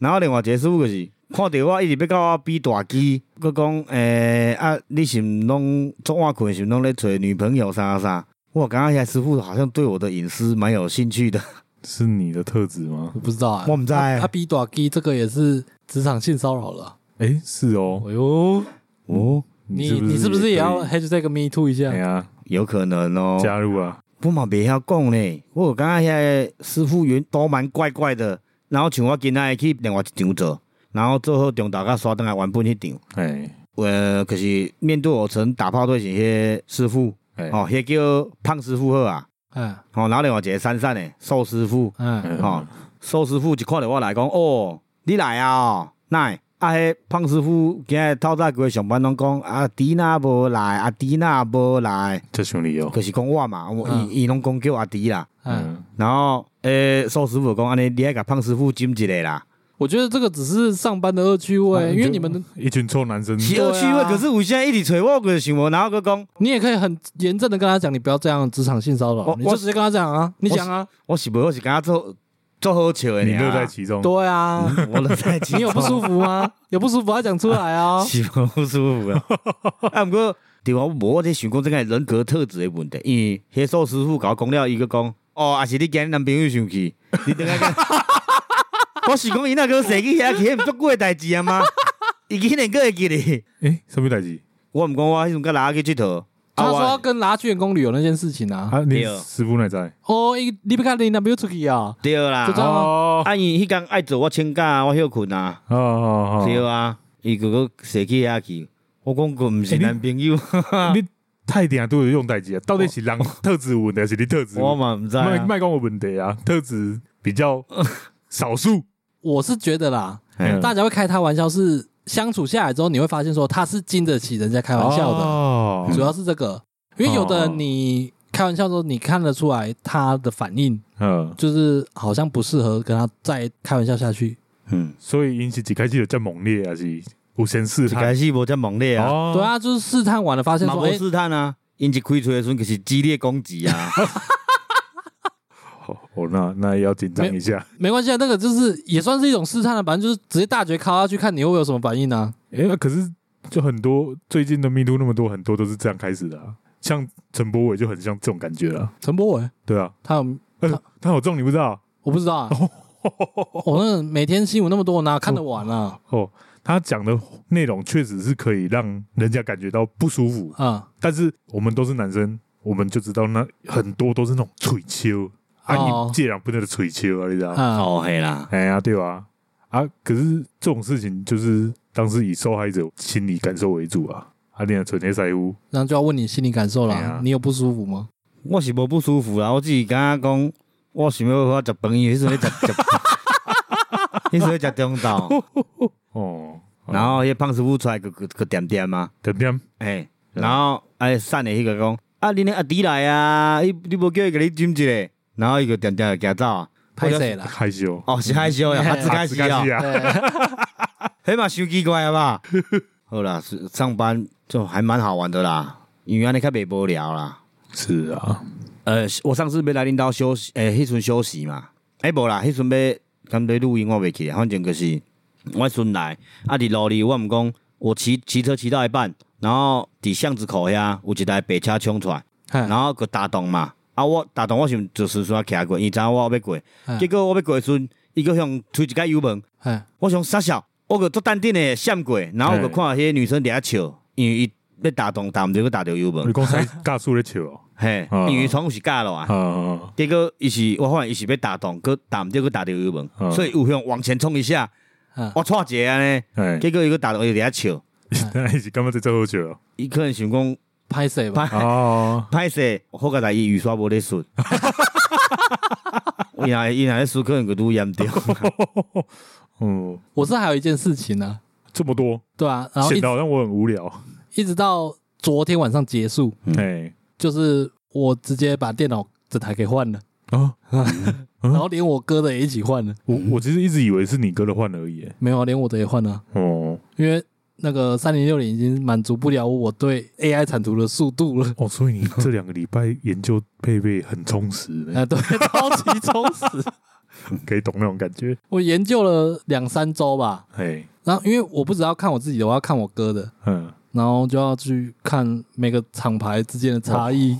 然后另外一个师傅就是看着我一直要甲我比大机，佮讲诶啊，你是毋拢昨晚困是毋拢咧找女朋友啥啥？我感觉遐师傅好像对我的隐私蛮有兴趣的，
是你的特质吗
我？不知道啊。
我不知道欸
他比短 G 这个也是职场性骚扰了。
哎，是哦，
哎呦，
哦，
你你是不是也要 hashtag me too 一下
哎？呀
有可能哦。
加入啊？
我嘛袂晓讲呢，我有感觉遐师傅员都蛮怪怪的。然后像我今仔去另外一场做，然后做好中昼甲刷转来原本迄场，
哎
呃，可是面对我曾打炮队是迄师傅，
哎
哦，迄叫胖师傅好啊，
哎
哦，然后另外一个瘦瘦的瘦师傅，
嗯
哎，
哦，瘦师傅一看着我来讲，哦，你来啊、哦，来。啊，迄胖师傅今日透早规上班拢讲，啊，迪娜无来，啊，迪娜无来，
这兄弟哦，
就是讲我嘛，我
嗯
伊伊拢讲叫阿迪啦，
哎，
嗯，
然后，诶、寿师傅讲安尼，你爱甲胖师傅斟一个啦。
我觉得这个只是上班的恶趣味，因哎为你们
啊一群臭 男生，
是恶趣
对
味，
啊
可是我现在一直找我，我就想无，然后佮讲，
你也可以很严正的跟他讲，你不要这样职场性骚扰
我，
你就直接跟他讲啊，你讲啊，
我是无，我是感觉做做好笑的尔。
你乐在其中，
对啊，
嗯 我乐在其中。
你有不舒服 吗？有不舒服要讲出来啊。
是无不舒服啊？啊，毋过对我无，我在想讲这个人格特质的问题，因为迄寿师傅甲我讲了，伊佮讲，哦，啊是你惊你男朋友生气，你等下讲。 我是讲伊那个生气遐去，迄毋足久的代志啊吗？伊竟然个会记咧。
哎，什么代志
我毋讲我迄阵甲哪去佚佗，啊
他说
我
要跟拉去员工旅游那件事情啊，
啊？你
对哦
师傅那在
哦，你你不看你男朋友出去啊？
对啦
就，这样啊
哦
啊，伊迄工爱做我请假啊，我休困啊，
哦哦，
对啊，伊个个坐去遐去，我讲佮毋是
欸你
男朋友，
你太定都有用代志啊，到底是人特质有问题，还是你特质有
我
问题？
嘛毋知啊
麦麦讲有问题啊，特质比较少数。
我是觉得啦，
嘿
嗯
大家会开他玩笑是相处下来之后，你会发现说他是经得起人家开玩笑
哦
的，
的
主要是这个。因为有
哦
的人你开玩笑的时候，你看得出来他的反应，
嗯，
就是好像不适合跟他再开玩笑下去。
嗯，
所以因是一开始就遮猛烈，啊还是有先试
一
探？
开始无遮猛烈啊，
哦
对，啊，就是试探完了发现
嘛
说，
无
哎，
试探啊，因一开喙的时阵就是激烈攻击 啊，
哦，那那也要紧张一下。
没关系啊，那个就是也算是一种试探了，反正就是直接大绝敲下去，看你会不会有什么反应啊。
哎，那可是就很多最近的密度那么多，很多都是这样开始的啊。像陈柏伟就很像这种感觉了，
陈柏伟，
对啊，
他有
呃，他有中你不知道
我不知道 啊，我、那个每天新闻那么多，我哪看得完啊？
哦。他讲的内容确实是可以让人家感觉到不舒服，
嗯，
但是我们都是男生，我们就知道那很多都是那种嘴丘啊，
哦
你借两不能的嘴丘啊，你知道？
嗯，
哦嘿啦，
哎呀，对吧？啊，可是这种事情就是当时以受害者心理感受为主啊。啊，你啊，存在在乎，
那就要问你心理感受啦，
哎呀
你有不舒服吗？
我是无不舒服啦，我只是感觉讲，我想要好食饭，因为迄阵咧食 食，迄阵咧食中昼，
哦，
然后迄胖师傅出来个个个点点啊，
点点，
嘿，然后哎瘦的迄个讲，啊，恁那阿弟来啊，你你无叫伊甲你斟一下，然后伊个点点就行走啊，
拍谁啦？
害羞，
哦是害羞呀， 他自
啊
家
自
是
己
啊。
啊，
对，
嘿嘛，伤奇怪了 吧？好啦，是上班就还蛮好玩的啦，因为安尼较袂无聊啦。
是啊，
呃，我上次要来恁兜休息，诶、迄阵休息嘛，诶、哎无啦，迄阵要刚要录音我袂记，反正就是我迄阵来，啊伫路里我毋讲，我骑骑车骑到一半，然后伫巷子口遐有一台白车冲出来，
然
然后佮打动嘛，啊我打动我想就是说徛过，伊知影我要过，结果我要过的时阵，伊佮向推一个油门。
哎，
我想傻笑，我个做淡定的闪过，然后我就
嘿
看到迄个女生伫遐笑，因为伊要打动打毋着，去打着油
你
门，
讲在尬树咧笑 哦，
嘿
啊，
因为从有是假了啊。
啊，
结果伊是，我发现伊是要打动，佮打毋着，佮打着油门
啊，
所以有向往前冲一下
啊，
我错一下呢。
哎，
结果伊个打动伊就伫遐笑，
那一起干嘛在这好笑 哦
伊可能想讲
拍谁吧？
歹
哦？
歹势，好佳在伊雨刷无咧 顺。伊若伊若咧输，可能佮愈严 重。
嗯，
我是还有一件事情呢、
这么多，
对啊，然后一
显
直
得好像我很无聊，
一直到昨天晚上结束，
哎，
就是我直接把电脑整台给换了，
啊，嗯
然后连我哥的也一起换了，
我我其实一直以为是你哥的换而已，哎
没有啊，连我的也换了啊，
哦，
因为那个三零六零已经满足不了我对 AI 产图的速度了。
哦，所以 你这两个礼拜研究配备很充实呢，
啊，对， 超级充实。
可以懂那种感觉，
我研究了两三周吧，
哎，
然后因为我不只要看我自己的，我要看我哥的，
嗯，
然后就要去看每个厂牌之间的差异。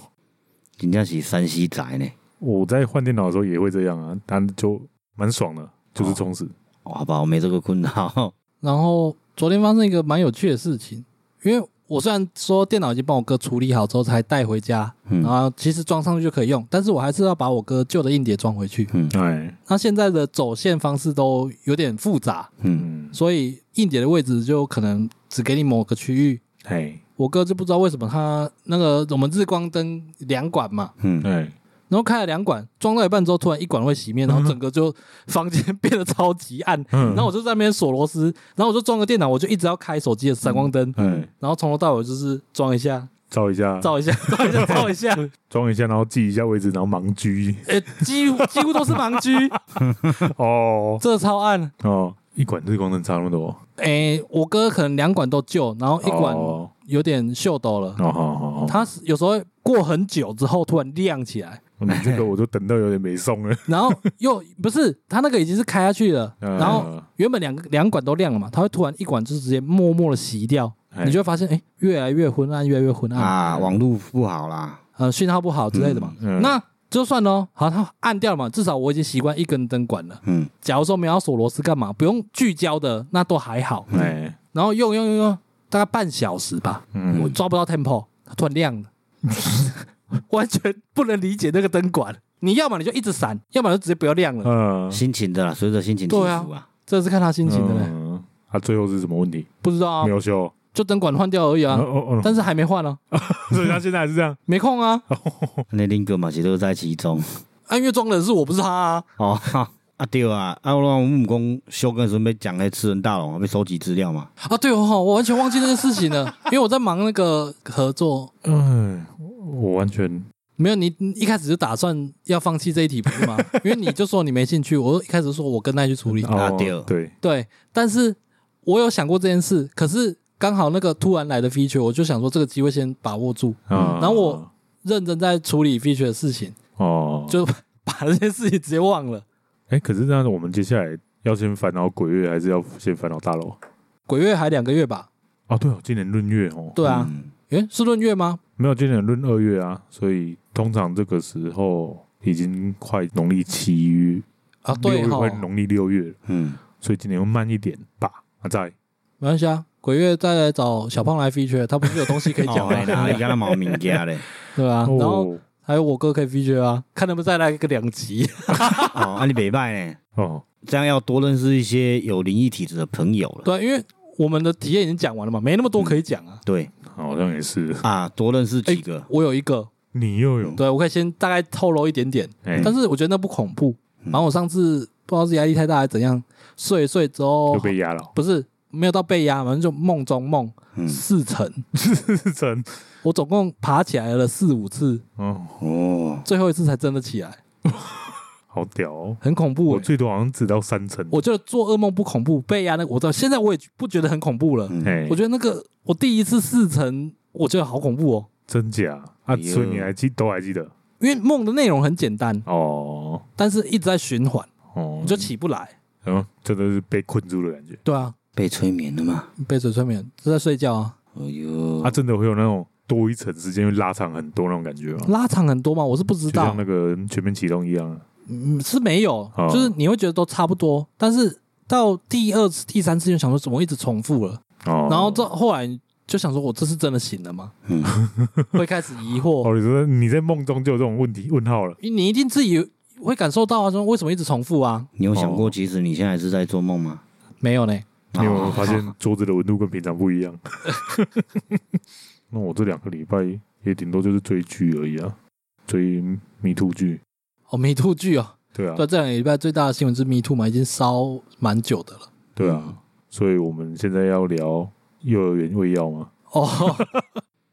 真正是山西宅呢，
我在换电脑的时候也会这样啊，但就蛮爽的，就是充实。
哦好吧，我没这个困扰。
然后昨天发生一个蛮有趣的事情，因为我虽然说电脑已经帮我哥处理好之后才带回家，
嗯
然后其实装上去就可以用，但是我还是要把我哥旧的硬碟装回去。
嗯
哎，
那现在的走线方式都有点复杂，
嗯，
嗯，
所以硬碟的位置就可能只给你某个区域。
哎，
我哥就不知道为什么他那个我们日光灯两管嘛，
嗯
哎，
然后开了两管，装到一半之后，突然一管会熄灭，然后整个就房间变得超级暗。
嗯
然后我就在那边锁螺丝，然后我就装个电脑，我就一直要开手机的闪光灯，
哎，
然后从头到尾就是装一下，
照一下，
照一下， 照一下，照一 下，
装一下，然后记一下位置，然后盲狙。
呃，几乎几乎都是盲狙，
哦
这超暗。
哦，一管日光灯差那么多，
诶，我哥可能两管都旧，然后一管
哦，
有点锈斗了，
好好好，
他是有时候过很久之后突然亮起来，
哦你这 个我就等到有点没送了。
然后又不是他那个已经是开下去了，
嗯
然后原本两个两管都亮了嘛，他会突然一管就是直接默默的熄掉，
哎
你就会发现哎、诶越来越昏暗，越来越昏暗，
啊，网络不好啦，
呃讯号不好之类的嘛。
嗯
那就算喽，好，它按掉了嘛，至少我已经习惯一根灯管了。
嗯，
假如说没有要锁螺丝干嘛，不用聚焦的那都还好。
哎，
然后用用用用，大概半小时吧，我
嗯，
抓不到 tempo，它突然亮 了，完全不能理解那个灯管。你要么你就一直闪，要么就直接不要亮了。
嗯，
心情的啦，随着心情起伏
对啊
啊。
这是看他心情的嘞，
嗯，啊，最后是什么问题？
不知道啊
没，有修。
就灯管换掉而已
哦
啊，
哦 哦，
但是还没换呢，
所以他现在还是这样。
没空
嗯
啊，
那林哥嘛是乐在其中
按月装的人是我，不是他啊。
哦。 啊对啊，啊我们讲休更的时候要讲那吃人大龙啊，要收集资料嘛。
啊，对哦，我完全忘记这件事情了，因为我在忙那个合作。
嗯，我完全
没有，你你一开始就打算要放弃这一题不 是吗？因为你就说你没兴趣，我一开始说我跟他去处理。
啊
哦
对哦
对，
对，但是我有想过这件事，可是刚好那个突然来的 feature，我就想说这个机会先把握住，
啊
然后我认真在处理 feature 的事情，
哦，
就把这件事情直接忘了。
哎，可是那我们接下来要先烦恼鬼月，还是要先烦恼大楼？
鬼月还两个月吧？
哦，对哦，今年闰月哦，
对啊，
嗯
诶、是闰月吗？
没有今年闰二月啊，所以通常这个时候已经快农历七月
啊，对
六月
哈，
快农历六月了，
嗯，
所以今年会慢一点吧？啊，在
没关系啊。鬼月再来找小胖来 feature，他不是有东西可以讲
哦
吗
哎？啦，伊敢若嘛有物件 咧。
对啊，然后
哦
还有我哥可以 feature 啊，看能不能再来个两集。
哦，啊你袂歹咧，
哦，
这样要多认识一些有灵异体质的朋友了。
对，因为我们的体验已经讲完了嘛，没那么多可以讲啊。
对
好像也是，
啊，多认识几个。
我有一个，
你又有
对啊我可以先大概透露一点点，
哎
但是我觉得那不恐怖。
嗯
然后我上次不知道是压力太大还是怎样，睡一睡之后
又被压 了，
不是没有到被压，反正就梦中梦
嗯，
四层，
是真
我总共爬起来了四五次，
哦，
哦，
最后一次才真的起来，
好屌哦！
很恐怖、
我
欸。
最多好像只到三层，
我觉得做噩梦不恐怖，被压那个我知道，现在我也不觉得很恐怖了。
嗯
哎
我，觉得那个我第一次四层，我觉得好恐怖哦，
真假啊？
哎呦
所以你还记都还记得
因为梦的内容很简单，
哦
但是一直在循环，
哦
我，就起不来。
嗯，真的是被困住的感觉
对啊，
被催眠了嘛？
被水催眠，就在睡觉啊。
哎呦，
啊，真的会有那种多一层时间会拉长很多那种感觉吗？
拉长很多吗？我是不知
就像
道，
那个嗯全面启动一样啊，
嗯，是没有，
哦
就是你会觉得都差不多，但是到第二次、第三次就想说怎么一直重复了，
哦，
然后这后来就想说我这是真的醒了 吗？
嗯，
会开始疑惑，
哦，你说你在梦中就有这种问题问号了，
你一定自己会感受到啊，说为什么一直重复啊？
你有想过
哦
其实你现在是在做梦吗？啊
没有呢，
哦
你有没有发现桌子的温度跟平常不一样？ 那我这两个礼拜也顶多就是追剧而已啊，追迷途剧，
哦，迷兔剧哦，
对啊，
对，这两个礼拜最大的新闻是迷兔嘛，已经烧蛮久的了。
对啊，所以我们现在要聊幼儿园喂药吗？
哦，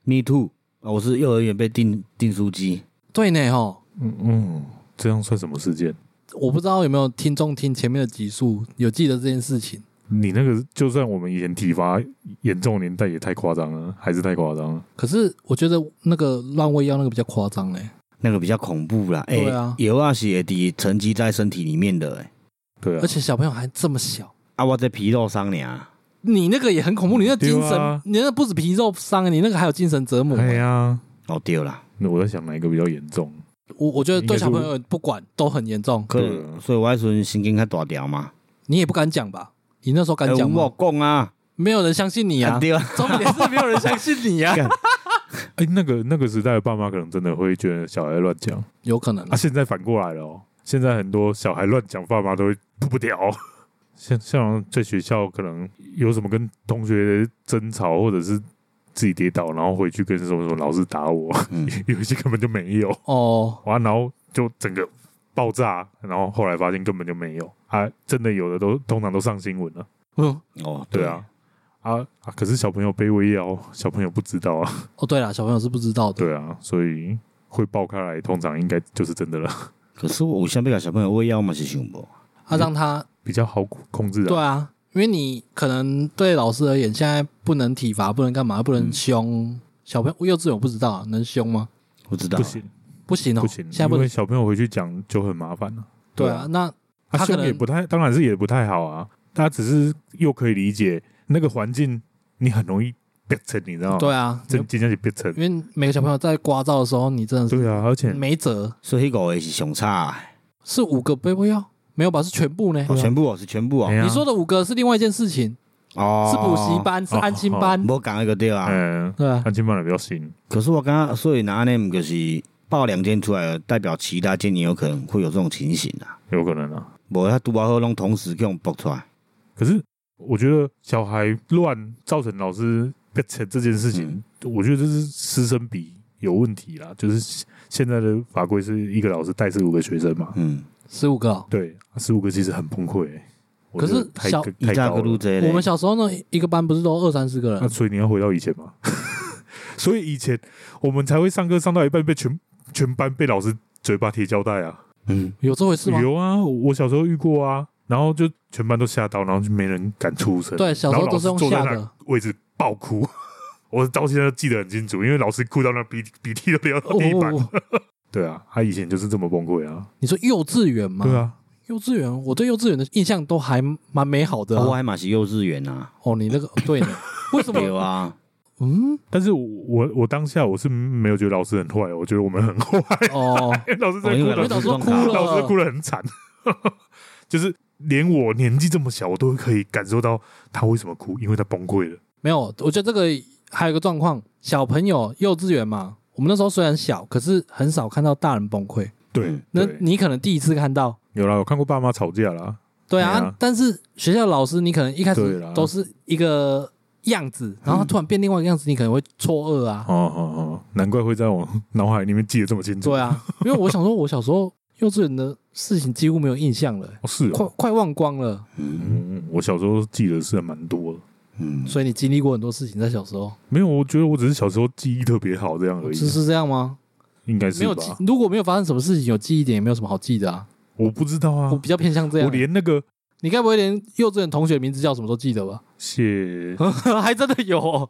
？Me too 啊，我是幼儿园被订订书机。
对呢，哦，
嗯嗯，这样算什么事件？
我不知道有没有听众听前面的集数有记得这件事情。
你那个就算我们以前体罚严重的年代也太夸张了，还是太夸张了。
可是我觉得那个乱喂药那个比较夸张欸嘞，
那个比较恐怖啦，哎、
对啊
有啊是会滴沉积在身体里面的、哎，
对啊，
而且小朋友还这么小，
啊我在皮肉伤俩，
你那个也很恐怖，你那个精
对
神，
啊
你那个不止皮肉伤，欸你那个还有精神折磨。欸
哎呀，
哦对啦，
那我在想哪一个比较严重？
我我觉得
应该
对
是
小朋友不管都很严重，
可
对啊
所以我迄阵神经较大条嘛，
你也不敢讲吧？你那时候敢
哎
讲吗？
我讲啊，
没有人相信你
啊
啊！
对啊，
重点是没有人相信你啊！
哎、那个那个时代的爸妈可能真的会觉得小孩乱讲
有可能
啊，现在反过来了哦，现在很多小孩乱讲，爸妈都会不不屌。 像像在学校可能有什么跟同学争吵，或者是自己跌倒，然后回去跟什么什么老师打我，
嗯，
有一些根本就没有。
哦，
哇，然后就整个爆炸，然后后来发现根本就没有啊，真的有的都通常都上新闻了，
嗯，
哦
对啊，，啊啊，可是小朋友被喂药，小朋友不知道 啊，
哦对了，小朋友是不知道的。
对啊，所以会爆开来，通常应该就是真的了，
可是我有想要甲小朋友喂药嘛是想无，
他啊让他
比较好控制
对
啊，
啊，因为你可能对老师而言，现在不能体罚，不能干嘛，不
嗯
能凶小朋友。幼稚园我不知道啊，能凶吗？
我知道
不，行
不行哦，
不行，
现在不
因为
能。
小朋友回去讲就很麻烦了，
对啊，，那
啊，
他可
凶
能
也不太，当然是也不太好啊，他只是又可以理解那个环境，你很容易变成，你知道吗？
对啊，
这今天就变成，
因为每个小朋友在刮噪的时候，你真的是
对啊，而且
没辙。
所以迄五个是上差的、
是五个背不要？没有吧？是全部呢？
哦，全部哦是全部哦
哎，呀
你说的五个是另外一件事情，欸
哦
是补习，班，是安心班，
无讲迄个对啊，
嗯，
对 啊，
安亲班的比较新。
可是我刚刚所以拿那毋就是报两间出来，代表其他间也有可能会有这种情形啊，
有可能啊。
无他拄好好拢同时给我们爆出来，
可是我觉得小孩乱造成老师被惩这件事
嗯
情，我觉得这是师生比有问题啦。就是现在的法规是一个老师带四五个学生嘛，
嗯，
十五个哦、
对，十五个其实很崩溃、欸。我
可是
觉得太
小
太
一大
高
个路
了。
这
我们小时候呢，一个班不是都二三十个
那
人？
所以你要回到以前吗？ 所以以前我们才会上课上到一半被全全班被老师嘴巴贴胶带啊。
嗯，
有这回事吗？
有啊，我小时候遇过啊，然后就全班都吓到，然后就没人敢出声。
对，小时
然后
候
老
都
师
是用
坐在
吓
那
的。
位置爆哭。我到现在都记得很清楚，因为老师哭到那鼻鼻涕都流到
哦
地板。
哦，哦
对啊，他以前就是这么崩溃啊。
你说幼稚园吗？
对，啊，
幼稚园，我对幼稚园的印象都还蛮美好的
啊我
啊、
还嘛是幼稚园啊，
哦，你那个对呢？为 什
对
么？
啊，
嗯，
但是我我我当下我是没有觉得老师很坏，我觉得我们很坏。
哦，
老师在
哦因
因
为
哭的
为老师都哭
老
了，
老师哭得很惨， 就是连我年纪这么小，我都可以感受到他为什么哭，因为他崩溃了。
没有，我觉得这个还有一个状况，小朋友幼稚园嘛，我们那时候虽然小，可是很少看到大人崩溃。
对
嗯，
那
对
你可能第一次看到，
有啦，我看过爸妈吵架啦，
对啊，
对啊
但是学校老师你可能一开
对
始
啦
都是一个样子，然后他突然变另外一个样子，你可能会错愕啊，
哦哦哦，难怪会在我脑海里面记得这么清楚。
对啊，因为我想说，我小时候幼稚园的事情几乎没有印象了、
哦是
快
哦，
快忘光了，
嗯
嗯，我小时候记得是蛮多的。
嗯，
所以你经历过很多事情在小时候，
没有，我觉得我只是小时候记忆特别好这样而已，
是是这样吗？
应啊该是
没有记
吧？，
如果没有发生什么事情，有记忆点也没有什么好记的啊。
我不知道啊
我，比较偏向这样
我，连那个
你该不会连幼稚园同学名字叫什么都记得 吧？
写
还真的有哦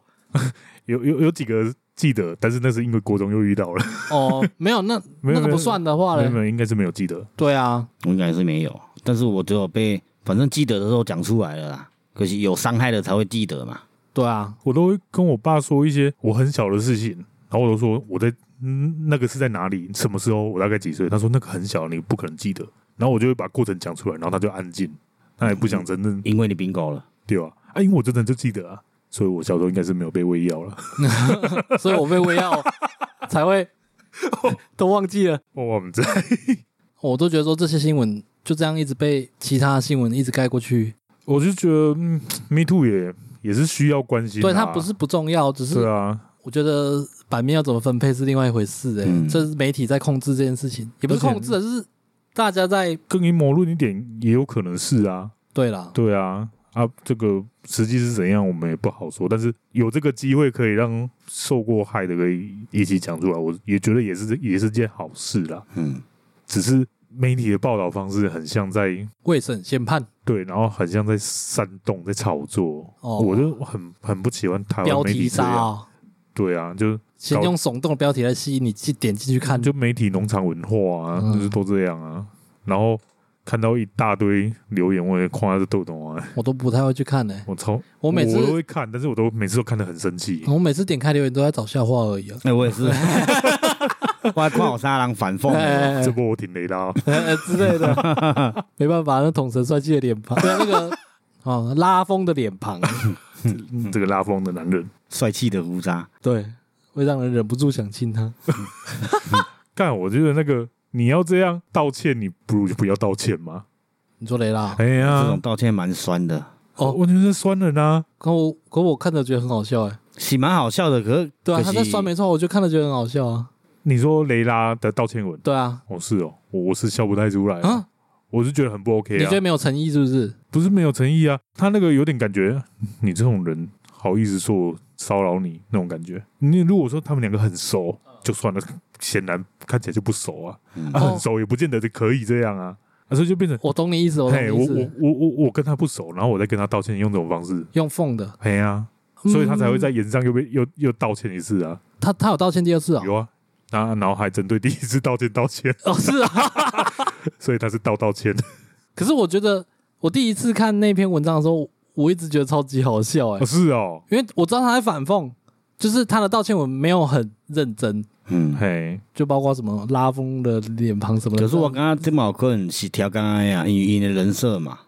有有有几个记得，但是那是因为国中又遇到了，
哦，没有那
没
那
有
个不算的话
没有没
嘞，
有，应该是没有记得。
对啊，
我应该是没有，但是我只有被反正记得的时候讲出来了啦，可惜有伤害的才会记得嘛。
对啊，
我都会跟我爸说一些我很小的事情，然后我都说我在嗯那个是在哪里，什么时候，我大概几岁。他说那个很小，你不可能记得。然后我就会把过程讲出来，然后他就安静，他也不想真正
因为你 bingo 了，
对吧、啊？因为我真的就记得啊，所以我小时候应该是没有被喂药了。
所以我被喂 药才会
哦
都忘记了。
哇，我们这
我都觉得说这些新闻就这样一直被其他新闻一直盖过去，
我就觉得、嗯、Me Too 也也是需要关心、啊，
对它不是不重要，只
对
是
啊，
我觉得版面要怎么分配是另外一回事、欸。
嗯
这是媒体在控制这件事情，也不是
而且
控制的，就是大家在
更阴谋论一点也有可能是啊，
对啦，
对啊，啊，这个实际是怎样，我们也不好说。但是有这个机会可以让受过害的可以一起讲出来，我也觉得也是也是件好事啦。
嗯，
只是媒体的报道方式很像在
未审先判
对，然后很像在煽动、在炒作。
哦
我就很很不喜欢台
标
湾啊媒
题
体这
杀、
样。
哦，
对啊，就
先用耸动的标题来吸引你去点进去看，
啊就媒体农场文化啊，
嗯
就是都这样啊。然后看到一大堆留言，我也夸这豆豆啊，
我都不太会去看呢、欸
我超
我每次
都会看，但是我都每次都看得很生气。
我每次点开留言都在找笑话而已啊。
哎、我也是，我还看有啥人反讽的，
哎
这波我挺雷的啊，
哎哎之类的， 没办法，那统神帅气的脸庞，对那个 哦拉风的脸庞，
这个拉风的男人。
帅气的胡渣，
对，会让人忍不住想亲他。
干，我觉得那个你要这样道歉，你不如就不要道歉嘛。
你说雷拉？
哎
这
呀
种，道歉蛮酸的，
哦
我觉得酸人啊，
可我可我看着觉得很好笑哎、
是蛮好笑的，可
对啊，
可
他
惜
在酸没错，我就看着觉得很好笑啊。
你说雷拉的道歉文，
对啊，
哦是哦，我我是笑不太出来啊，
啊，
我是觉得很不 OK
你
啊
觉得，没有诚意是不是？
不是没有诚意啊，他那个有点感觉，你这种人好意思说我骚扰你那种感觉。你如果说他们两个很熟
嗯
就算了，显然看起来就不熟啊，
嗯
啊
哦
很熟也不见得就可以这样啊，啊所以就变成
我懂你意思，我懂你
嘿，我
意
我
思。
我我我跟他不熟，然后我再跟他道歉，用这种方式，
用缝的，
嘿呀、所以他才会在
嗯
言上又被又又道歉一次啊，
他他有道歉第二次哦，
有啊，然后然后还针对第一次道歉道歉，
哦是啊。
所以他是道道歉，
可是我觉得我第一次看那篇文章的时候，我一直觉得超级好笑哎、
哦是哦，
因为我知道他在反讽，就是他的道歉文没有很认真，
嗯，
嘿，
就包括什么拉风的脸庞什么的。
可是我刚刚这么有可能是调刚刚呀，啊因为因为人设嘛，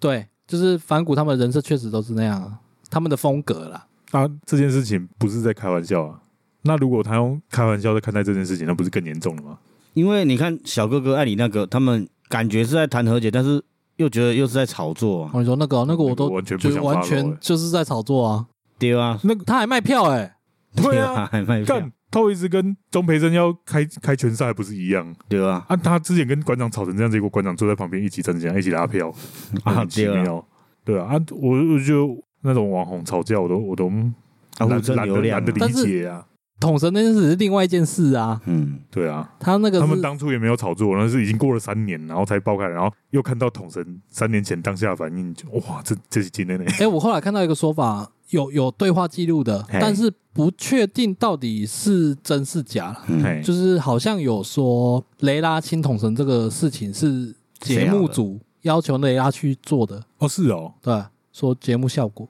对，就是反骨他们的人设确实都是那样、啊，他们的风格啦。
那这件事情不是在开玩笑啊，那如果他用开玩笑在看待这件事情，那不是更严重了吗？
因为你看小哥哥爱你那个，他们感觉是在谈和解，但是又觉得又是在炒作、啊，
我跟你说那个哦、那个我都
完全不
就是
想欸
完
follow
全
欸
就是在炒作啊，
对啊，
那个他还卖票哎、
对啊
啊，还卖票
干，透一直跟钟培生要开开拳赛不是一样
对啊，
啊？他之前跟馆长吵成这样，结果馆长坐在旁边一起参加，一起拉票，莫
啊
名其
对啊，
妙。对啊，啊，我我就那种网红吵架，我都我都
啊，
懒
互争
懒
流
得
量
懒得
啊，
理解啊。
统神那件事是另外一件事啊，
嗯，
对啊，
他那个
他们
是
当初也没有炒作，那是已经过了三年，然后才爆开，然后又看到统神三年前当下的反应，就哇，这这是今天呢，
哎、我后来看到一个说法，有有对话记录的，
嘿
但是不确定到底是真是假啦
嗯
哎，
就是好像有说雷拉亲统神这个事情是节目组要求雷拉去做的，
哦是哦，
对，说节目效果。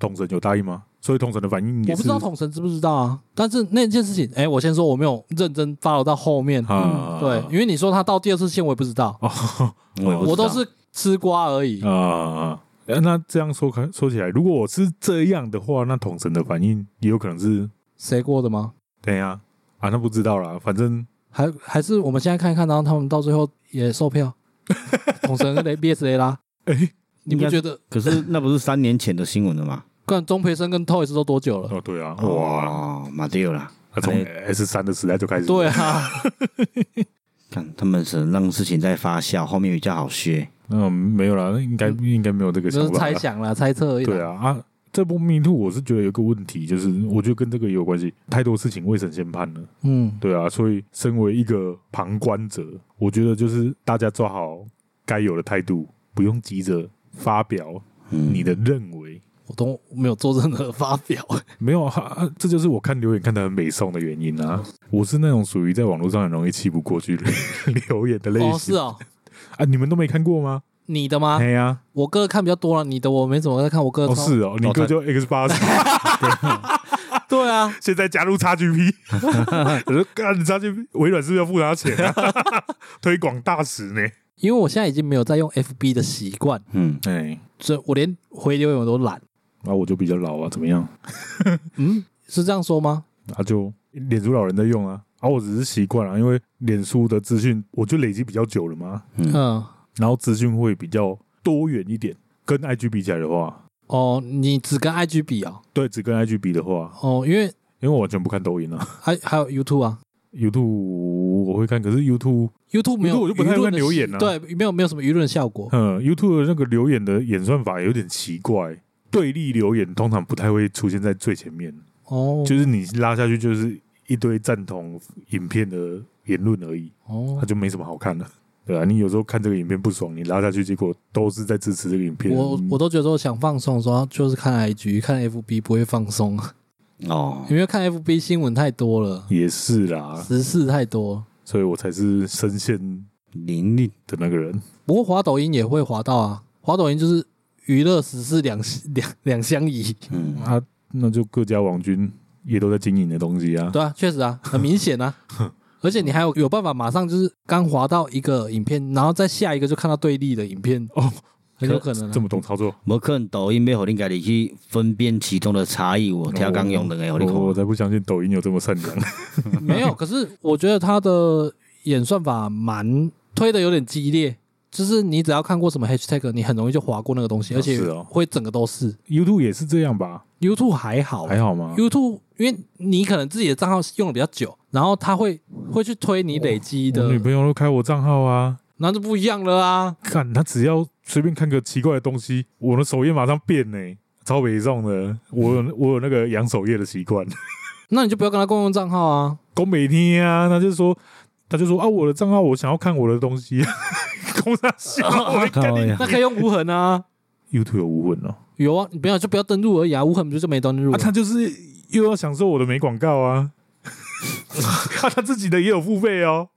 统神有答应吗？所以统神的反应
我
也
不
是
知道统神知不知道啊，但是那件事
嗯
情，哎、我先说我没有认真 follow 到后面，
啊，
嗯对，因为你说他到第二次线，我也不知道，
哦，
我也不知道
我都是吃瓜而已。
啊、呃那这样说开说起来，如果我是这样的话，那统神的反应也有可能是，
谁过的吗？
等一下啊，那不知道啦，反正
还还是我们现在看一看，然后他们到最后也售 票，统神雷 VS 雷拉，
哎、
你
应
不
该
觉得？
可是那不是三年前的新闻了吗？
干钟培生跟 Toys 都多久了？
哦对啊，哇，
哦，嘛对啦，
那从 S 三的时代就开始，
对啊，
看他们只能让事情在发酵，后面比较好学。
嗯，没有啦，那应该应该没有这个
嗯就
想
是
法
猜
啦，
想啦，猜测而已啦。
对啊啊。这部《迷途》，我是觉得有个问题，就是我觉得跟这个也有关系，太多事情未审先判了。
嗯，
对啊，所以身为一个旁观者，我觉得就是大家抓好该有的态度，不用急着发表
嗯，
你的认为。
我都没有做任何发表。
没有啊啊，这就是我看留言看得很美颂的原因啊！我是那种属于在网络上很容易气不过去的 留言 的类型。
哦，是哦，
啊，你们都没看过吗？
你的吗？
哎呀，
我哥看比较多了，你的我没怎么在看。我哥
哦
超
是哦，你
哦
哥
他
就 X 八 十，
对啊，
现在加入 XGP，我说干 XGP，微软是不是要付他钱 啊？推广大使呢？
因为我现在已经没有在用 FB 的习惯，
嗯，
哎，
所以我连回留言我都懒。
那我就比较老啊，怎么样？
嗯，是这样说吗？
啊，就脸书老人在用啊，啊，我只是习惯了，因为脸书的资讯我就累积比较久了嘛，
嗯
嗯，
然后资讯会比较多元一点，跟 IG 比起来的话，
哦，你只跟 IG 比哦，
对，只跟 IG 比的话，
哦，因为
因为我完全不看抖音啊
还还有 YouTube 啊
，YouTube 我会看，可是 YouTube，
，YouTube 没有，
我就不太
舆论
看
的
留言
效
啊
对，没有没有什么舆论效果。
嗯，YouTube 的那个留言的演算法有点奇怪。对立留言通常不太会出现在最前面，
哦，
就是你拉下去就是一堆赞同影片的言论而已。
哦
它，就没什么好看的，对啊，你有时候看这个影片不爽，你拉下去，结果都是在支持这个影片。
我我都觉得说想放松的时候，就是看 IG、看 FB 不会放松，嗯
哦，
因为看 FB 新闻太多了，
也是啦，
时事太多。
所以我才是深陷
玲玲，
的那个人。
不过滑抖音也会滑到啊，滑抖音就是娱乐时事两两两相宜，
嗯，
啊，那就各家网军也都在经营的东西啊。
对啊，确实啊，很明显啊。而且你还有有办法马上就是刚滑到一个影片，然后再下一个就看到对立的影片，
哦，
很有可能、啊
这。么懂操作，
无可能抖音要互你家己去分辨其中的差异，我挑刚用两个互你
哦我我
看。
才不相信抖音有这么善良。
没有，可是我觉得他的演算法蛮推的有点激烈，就是你只要看过什么 hashtag，你很容易就划过那个东西，
哦
而且
是哦
会整个都是。
YouTube 也是这样吧？
YouTube 还好
还好吗？
哦，YouTube 因为你可能自己的账号用的比较久，然后他会会去推你累积
我
的
女，朋友都开我账号啊，
那就不一样了啊。
看她只要随便看个奇怪的东西，我的首页马上变呢、超北宋的。我有我有那个养首页的习惯。
那你就不要跟他共用账号 啊。
公美天啊，他就说，他就说啊，我的账号我想要看我的东 西，公他笑，我会跟
靠
你
呀
那可以用无痕啊，
YouTube 有无痕哦，
有啊，你不要就不要登录而已啊，无痕不就就没登录
啊，
了？
他就是又要享受我的美广告 啊，啊，他自己的也有付费哦，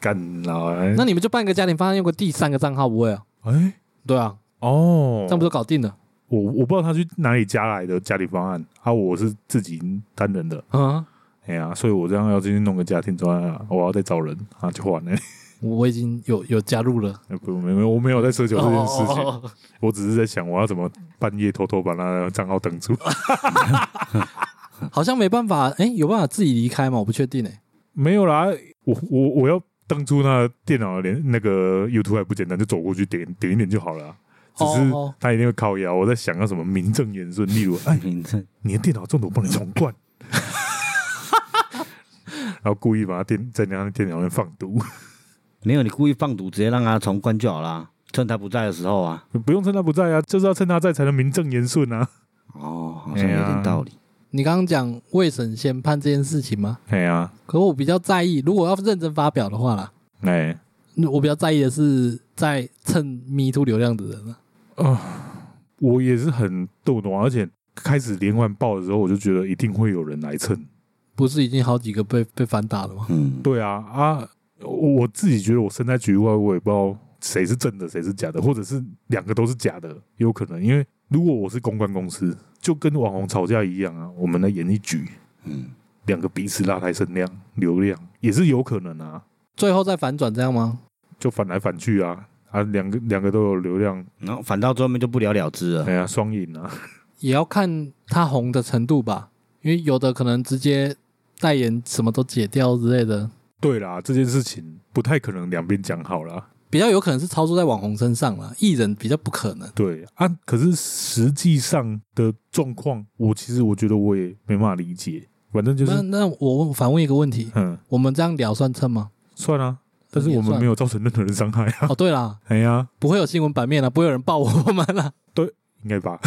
干啦，
那你们就办个家庭方案，用个第三个账号不会啊？
哎
对啊，
哦，
这样不就搞定了？
我我不知道他去哪里加来的家庭方案啊，我是自己单人的，
啊，
哎呀，所以我这样要进去弄个家庭专案啊，我要再找人啊，就完了，
我我已经有有加入了。
哎不没没我没有在奢求这件事情。
哦哦哦
我只是在想，我要怎么半夜偷偷把那账号登住。
哦好像没办法，哎、有办法自己离开吗？我不确定哎、
没有啦，我我我要登出那电脑的连那个 YouTube 还不简单，就走过去点点一点就好了啊、只是
哦
他一定会靠腰。我在想要什么 名正言顺，例如，哎，
嗯
你的电脑中毒，我帮你重灌。 然后故意把他电在人家电脑里面放毒，
没有，你故意放毒，直接让他重关就好啦。趁他不在的时候啊。
不用趁他不在啊，就是要趁他在才能名正言顺啊。
哦，好像有点道理。
你刚刚讲未审先判这件事情吗？
哎呀，
可我比较在意，如果要认真发表的话啦，
哎，
我比较在意的是在蹭 Me Too 流量的人啊。
哦我也是很逗弄啊，而且开始连环爆的时候，我就觉得一定会有人来蹭。
不是已经好几个被被反打了吗？
嗯，
对啊，啊，我我自己觉得我身在局外，我也不知道谁是真的，谁是假的，或者是两个都是假的，有可能。因为如果我是公关公司，就跟网红吵架一样啊，我们来演一局，
嗯，
两个彼此拉抬声量、流量，也是有可能啊，
最后再反转这样吗？
就反来反去啊，啊，两个两个都有流量，
然后反倒最后面就不了了之了。
哎呀，双赢啊，
也要看他红的程度吧，因为有的可能直接代言什么都解掉之类的，
对啦，这件事情不太可能两边讲好啦。
比较有可能是操作在网红身上了，艺人比较不可能。
对啊，可是实际上的状况，我其实我觉得我也没办法理解。反正就是
那，那我问反问一个问题，
嗯，
我们这样聊算蹭吗？
算啊，但是我们没有造成任何人伤害啊。
哦，对啦，
哎呀，
不会有新闻版面了，不会有人爆我们了，
应该吧？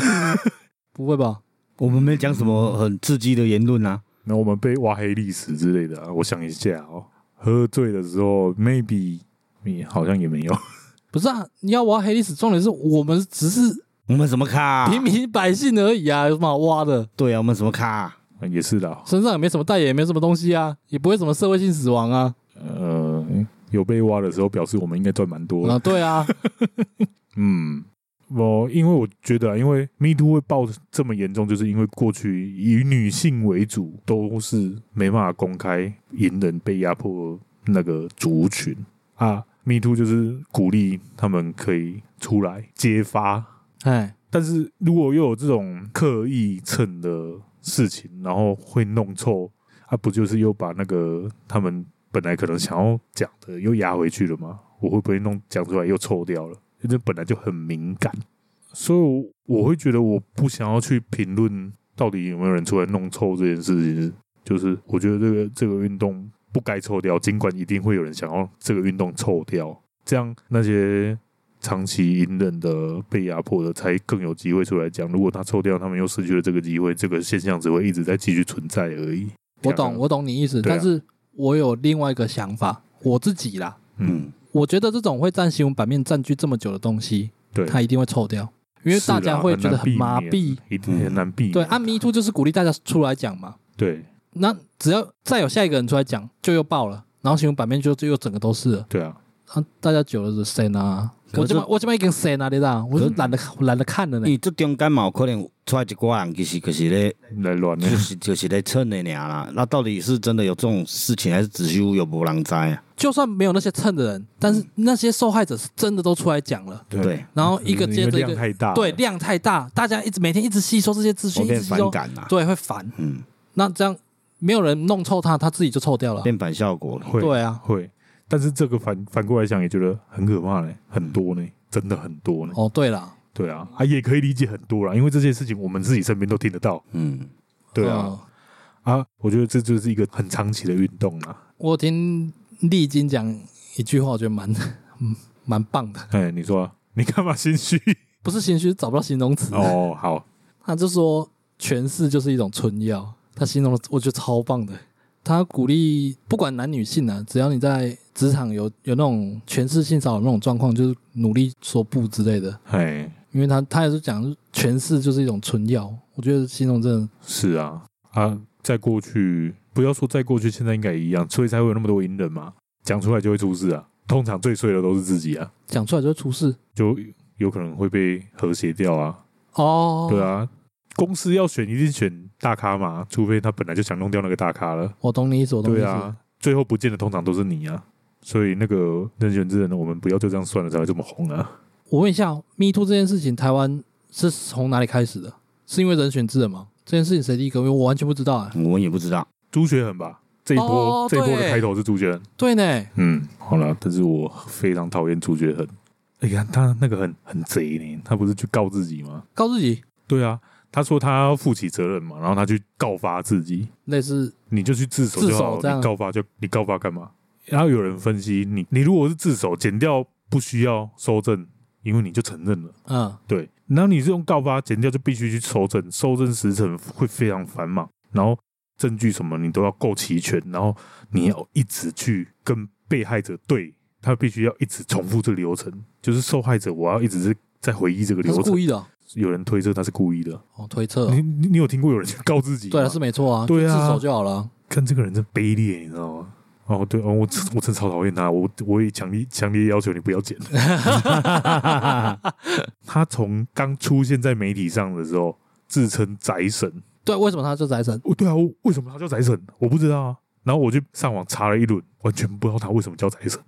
不会吧？
我们没讲什么很刺激的言论啊。
那我们被挖黑历史之类的啊，我想一下哦，喝醉的时候，maybe 你好像也没有。
不是啊，你要挖黑历史，重点是我们只是
我们什么
啊
咖？
平民百姓而已啊，有什么好挖的？
对啊，我们什么咖？
啊也是啦，
身上也没什么代言，也没什么东西啊，也不会什么社会性死亡啊。
呃，有被挖的时候，表示我们应该赚蛮多的
啊，。对 啊，
嗯，我因为我觉得、啊，因为 Me Too 会爆这么严重，就是因为过去以女性为主，都是没办法公开隐忍被压迫那个族群啊。Me Too 就是鼓励他们可以出来揭发，
哎，
但是如果又有这种刻意蹭的事情，然后会弄臭，啊，不就是又把那个他们本来可能想要讲的又压回去了吗？我会不会弄讲出来又臭掉了？因为这本来就很敏感，所以我我会觉得我不想要去评论到底有没有人出来弄臭这件事情。就是我觉得这个这个运动不该臭掉，尽管一定会有人想要这个运动臭掉，这样那些长期隐忍的、被压迫的，才更有机会出来讲。如果他抽掉，他们又失去了这个机会，这个现象只会一直在继续存在而已。
我懂，我懂你意思，
对啊
但是我有另外一个想法，我自己啦，
嗯，
嗯，
我觉得这种会占新闻版面占据这么久的东西，
对，
它一定会臭掉，因为大家会觉得很麻痹
是啦，。很难避免一啊定很难避免。
对，按啊 Me Too 就是鼓励大家出来讲嘛，
对
那只要再有下一个人出来讲，就又爆了，然后新闻版面就就又整个都是了，
对啊，
啊，大家久了就删啊。
可是
我这么我这么已经删啊，你知道？我就懒得懒得看了呢
因。为嗯这中间嘛，有可能出来一寡人，其实就是咧，
来乱
就
的。
是就是咧蹭的尔啦。那到底是真的有这种事情，还是只是有无人知啊？
就算没有那些蹭的人，但是那些受害者是真的都出来讲了，
对
对，
然后一个接着一
因为嗯量
个，
太大了，
对量太大，大家一直每天一直吸收这些资
我
讯，一直
变
吸
反
收，
感啦，
对，会烦。
嗯，
那这样没有人弄臭他，他自己就臭掉了。
变反效果了。
会
对啊，
会。但是这个反反过来想，也觉得很可怕嘞，很多呢，真的很多呢。
哦，对了，
对啊，啊也可以理解很多啦，因为这件事情我们自己身边都听得到。
嗯，
对啊，
呃
啊，我觉得这就是一个很长期的运动啊啦。
我听丽晶讲一句话，我觉得蛮 嗯蛮棒的，
哎，你说啊你干嘛心虚？
不是心虚，找不到形容词。
哦，好，
他就说诠释就是一种春药，他形容的我觉得超棒的。他鼓励不管男女性啊，只要你在职场有有那种权势性骚扰那种状况，就是努力说不之类的。
哎，
因为他他也是讲权势就是一种春药，我觉得形容真的
是啊，啊，在过去，不要说在过去，现在应该也一样，所以才会有那么多隐忍嘛，讲出来就会出事啊。通常最衰的都是自己啊，
讲出来就会出事
就有可能会被和谐掉啊。
哦。
对，啊，公司要选一定选大咖嘛，除非他本来就想弄掉那个大咖了。
我懂你意思，我懂你意
对
思。
啊，最后不见的通常都是你啊。所以那个人选之人，我们不要就这样算了，才会这么红啊。
我问一下，Me Too 这件事情，台湾是从哪里开始的？是因为人选之人吗？这件事情谁第一个？因为我完全不知道哎、
我们也不知道。
朱学恒吧，这一波、
哦
这一波的
对
开头是朱学恒。
对呢，
嗯，好了，但是我非常讨厌朱学哎恒。你、看他那个很很贼呢，他不是去告自己吗？
告自己
对啊，他说他要负起责任嘛，然后他去告发自己，
类似
你就去自首就
自
好
首这
了，
样
你告发就你告发干嘛？然后有人分析你，你如果是自首，减掉不需要收证，因为你就承认了。
嗯
对，然后你这种告发减掉就必须去收证，收证时程会非常繁忙，然后证据什么你都要够齐全，然后你要一直去跟被害者对，他必须要一直重复这个流程，就是受害者我要一直是在回忆这个
他
流
是
程
故。意的哦，
有人推测他是故意的，
哦推测哦
你你你有听过有人去告自己吗？
对了是没错啊，
对啊
就自首就好了啊。
看这个人真卑劣，你知道吗？哦，对哦，我我真的超讨厌他，我我也强烈强烈要求你不要 剪。他从刚出现在媒体上的时候，自称宅神。
对，为什么他是宅神？
哦，对啊，我为什么他叫宅神？我不知道啊。然后我就上网查了一轮，完全不知道他为什么叫宅神。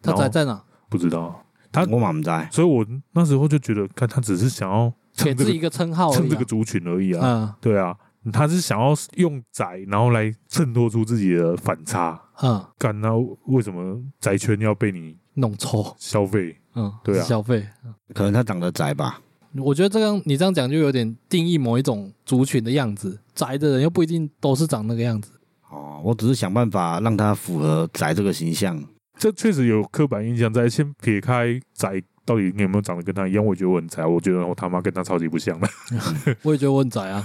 他
然后
宅在哪？
不知道，他
我嘛唔知，
所以我那时候就觉得，看他只是想要蹭
给
这
自
个
己一个称号而已啊，
蹭这个族群而已啊。
嗯
对啊，他是想要用宅，然后来衬托出自己的反差。
嗯，
干那为什么宅圈要被你
弄臭，
消费？
嗯，
对啊
消费。
可能他长得窄吧。
我觉得这样你这样讲就有点定义某一种族群的样子，宅的人又不一定都是长那个样 子。
哦，我只是想办法让他符合宅这个形象。
这确实有刻板印象在。先撇开宅到底你有没有长得跟他一样，我觉得我很宅，我觉得我他妈跟他超级不像的。
我也觉得我很宅 啊，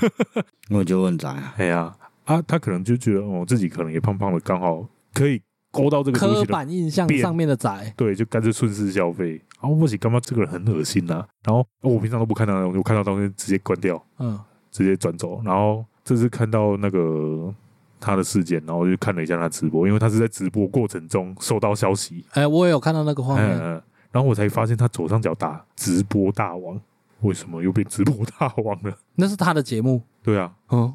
我就很宅啊，
哎呀，啊，他可能就觉得哦，自己可能也胖胖的，刚好可以勾到这个族
刻
群啊的。
板印象上面的宅，
对，就干脆顺势消费。啊，我起干嘛？这个人很恶心呐、然后、哦我平常都不看他的东西，我看到东西直接关掉，
嗯
直接转走。然后这次看到那个他的事件，然后就看了一下他直播，因为他是在直播过程中收到消息，
哎、我也有看到那个画面，
嗯，然后我才发现他左上角打直播大王，为什么又变直播大王了？
那是他的节目，
对啊，
嗯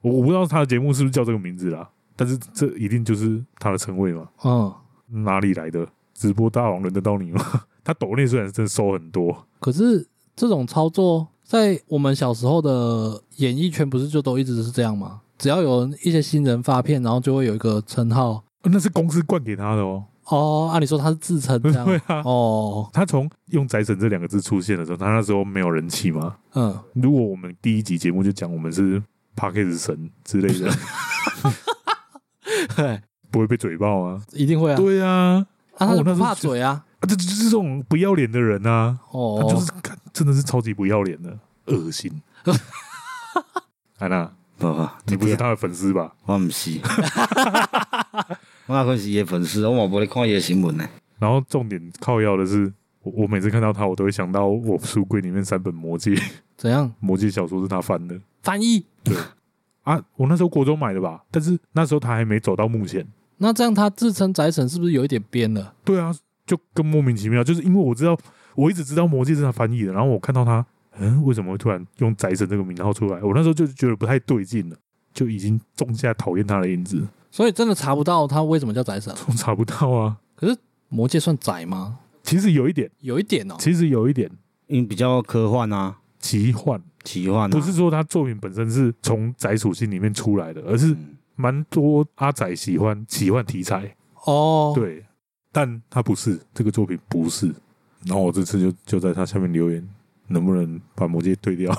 我我不知道他的节目是不是叫这个名字啦，但是这一定就是他的称谓嘛，
嗯。
哪里来的直播大王轮得到你吗？ 他抖内虽然真的收很多，啊
可是这种操作在我们小时候的演艺圈不是就都一直是这样吗？只要有一些新人发片，然后就会有一个称号。
那是公司灌给他的哦。
哦，按、理说他是自称这样
对啊，
哦，
他从用宅神这两个字出现的时候，他那时候没有人气嘛。
嗯，
如果我们第一集节目就讲我们是 p a c k a g e 神之类的，
对，
不会被嘴爆啊。
一定会啊。
对啊，
啊，他
哦
就
那
不
时候
怕
觉
嘴啊。
啊这就是这种不要脸的人啊。
哦，
他就是干真的是超级不要脸的，恶心。安娜，
不不，
你不是他的粉丝吧？
我唔是， 我那可是伊粉丝，我嘛无咧看伊新闻呢。
然后重点靠要的是，我我每次看到他，我都会想到我书柜里面三本魔戒，
怎样
魔戒小说是他翻的
翻译？
啊。我那时候国中买的吧，但是那时候他还没走到目前。
那这样他自称宅神是不是有一点编了？
对啊，就更莫名其妙，就是因为我知道，我一直知道魔戒是他翻译的，然后我看到他，嗯，为什么会突然用宅神这个名号出来？我那时候就觉得不太对劲了，就已经种下讨厌他的因子，
所以真的查不到他为什么叫宅神。
我查不到啊。
魔界算宅吗？
其实有一点。
有一点哦。
其实有一点
因为比较科幻啊，
奇幻，
奇幻啊，
嗯
不是说他作品本身是从宅属性里面出来的，而是
嗯
蛮多阿仔喜欢奇幻题材，
哦，，
对，但他不是这个作品不是。然后我这次就就在他下面留言，能不能把魔戒 退掉？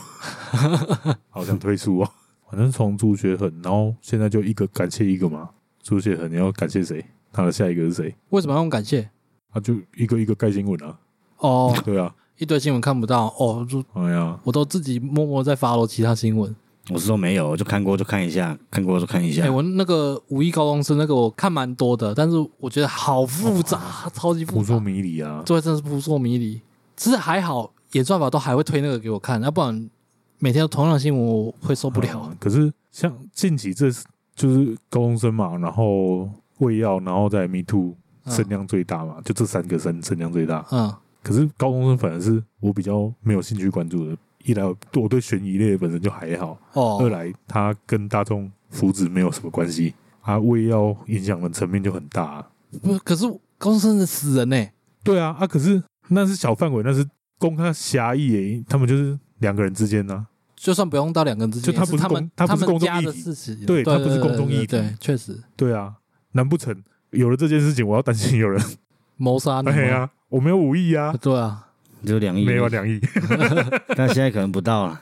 好想退出哦。反正从朱学恒，然后现在就一个感谢一个嘛。朱学恒，你要感谢谁？他的下一个是谁？
为什么要用感谢？
他就一个一个盖新闻啊，
哦，
对啊，
一堆新闻看不到哦，就
哎呀，
我都自己默默在 follow 其他新闻。
我是说没有，就看过就看一下，看过就看一
哎、
下。
我那个五一高中生那个我看蛮多的，但是我觉得好复杂， 超级
扑
复
朔
杂，
迷离啊，
对，真的是扑朔迷离。只是还好演算法都还会推那个给我看，要不然每天都同样的新闻我会受不了
嗯。可是像近期这就是高中生嘛，然后胃药，然后再 Me Too
嗯
声量最大嘛，就这三个声声量最大。
嗯，
可是高中生反而是我比较没有兴趣关注的。一来我对悬疑类的本身就还好，二
哦，
来它跟大众福祉没有什么关系，啊，胃药影响的层面就很大、
不，可是高中生是死人呢、
对啊，啊，可是那是小范围，那是公开狭义耶，他们就是两个人之间呢、啊
就算不用到两个人之间，
就他不
也
是
是他
公
们
他不是
们
公众
家
议
的
题
事情，
对他不是公众
对
议题
对对，确实
对啊，难不成有了这件事情，我要担心有人
谋杀你嘛，
哎呀，我没有五亿啊，
对啊，
只有两亿，
没有两亿，
但现在可能不到了。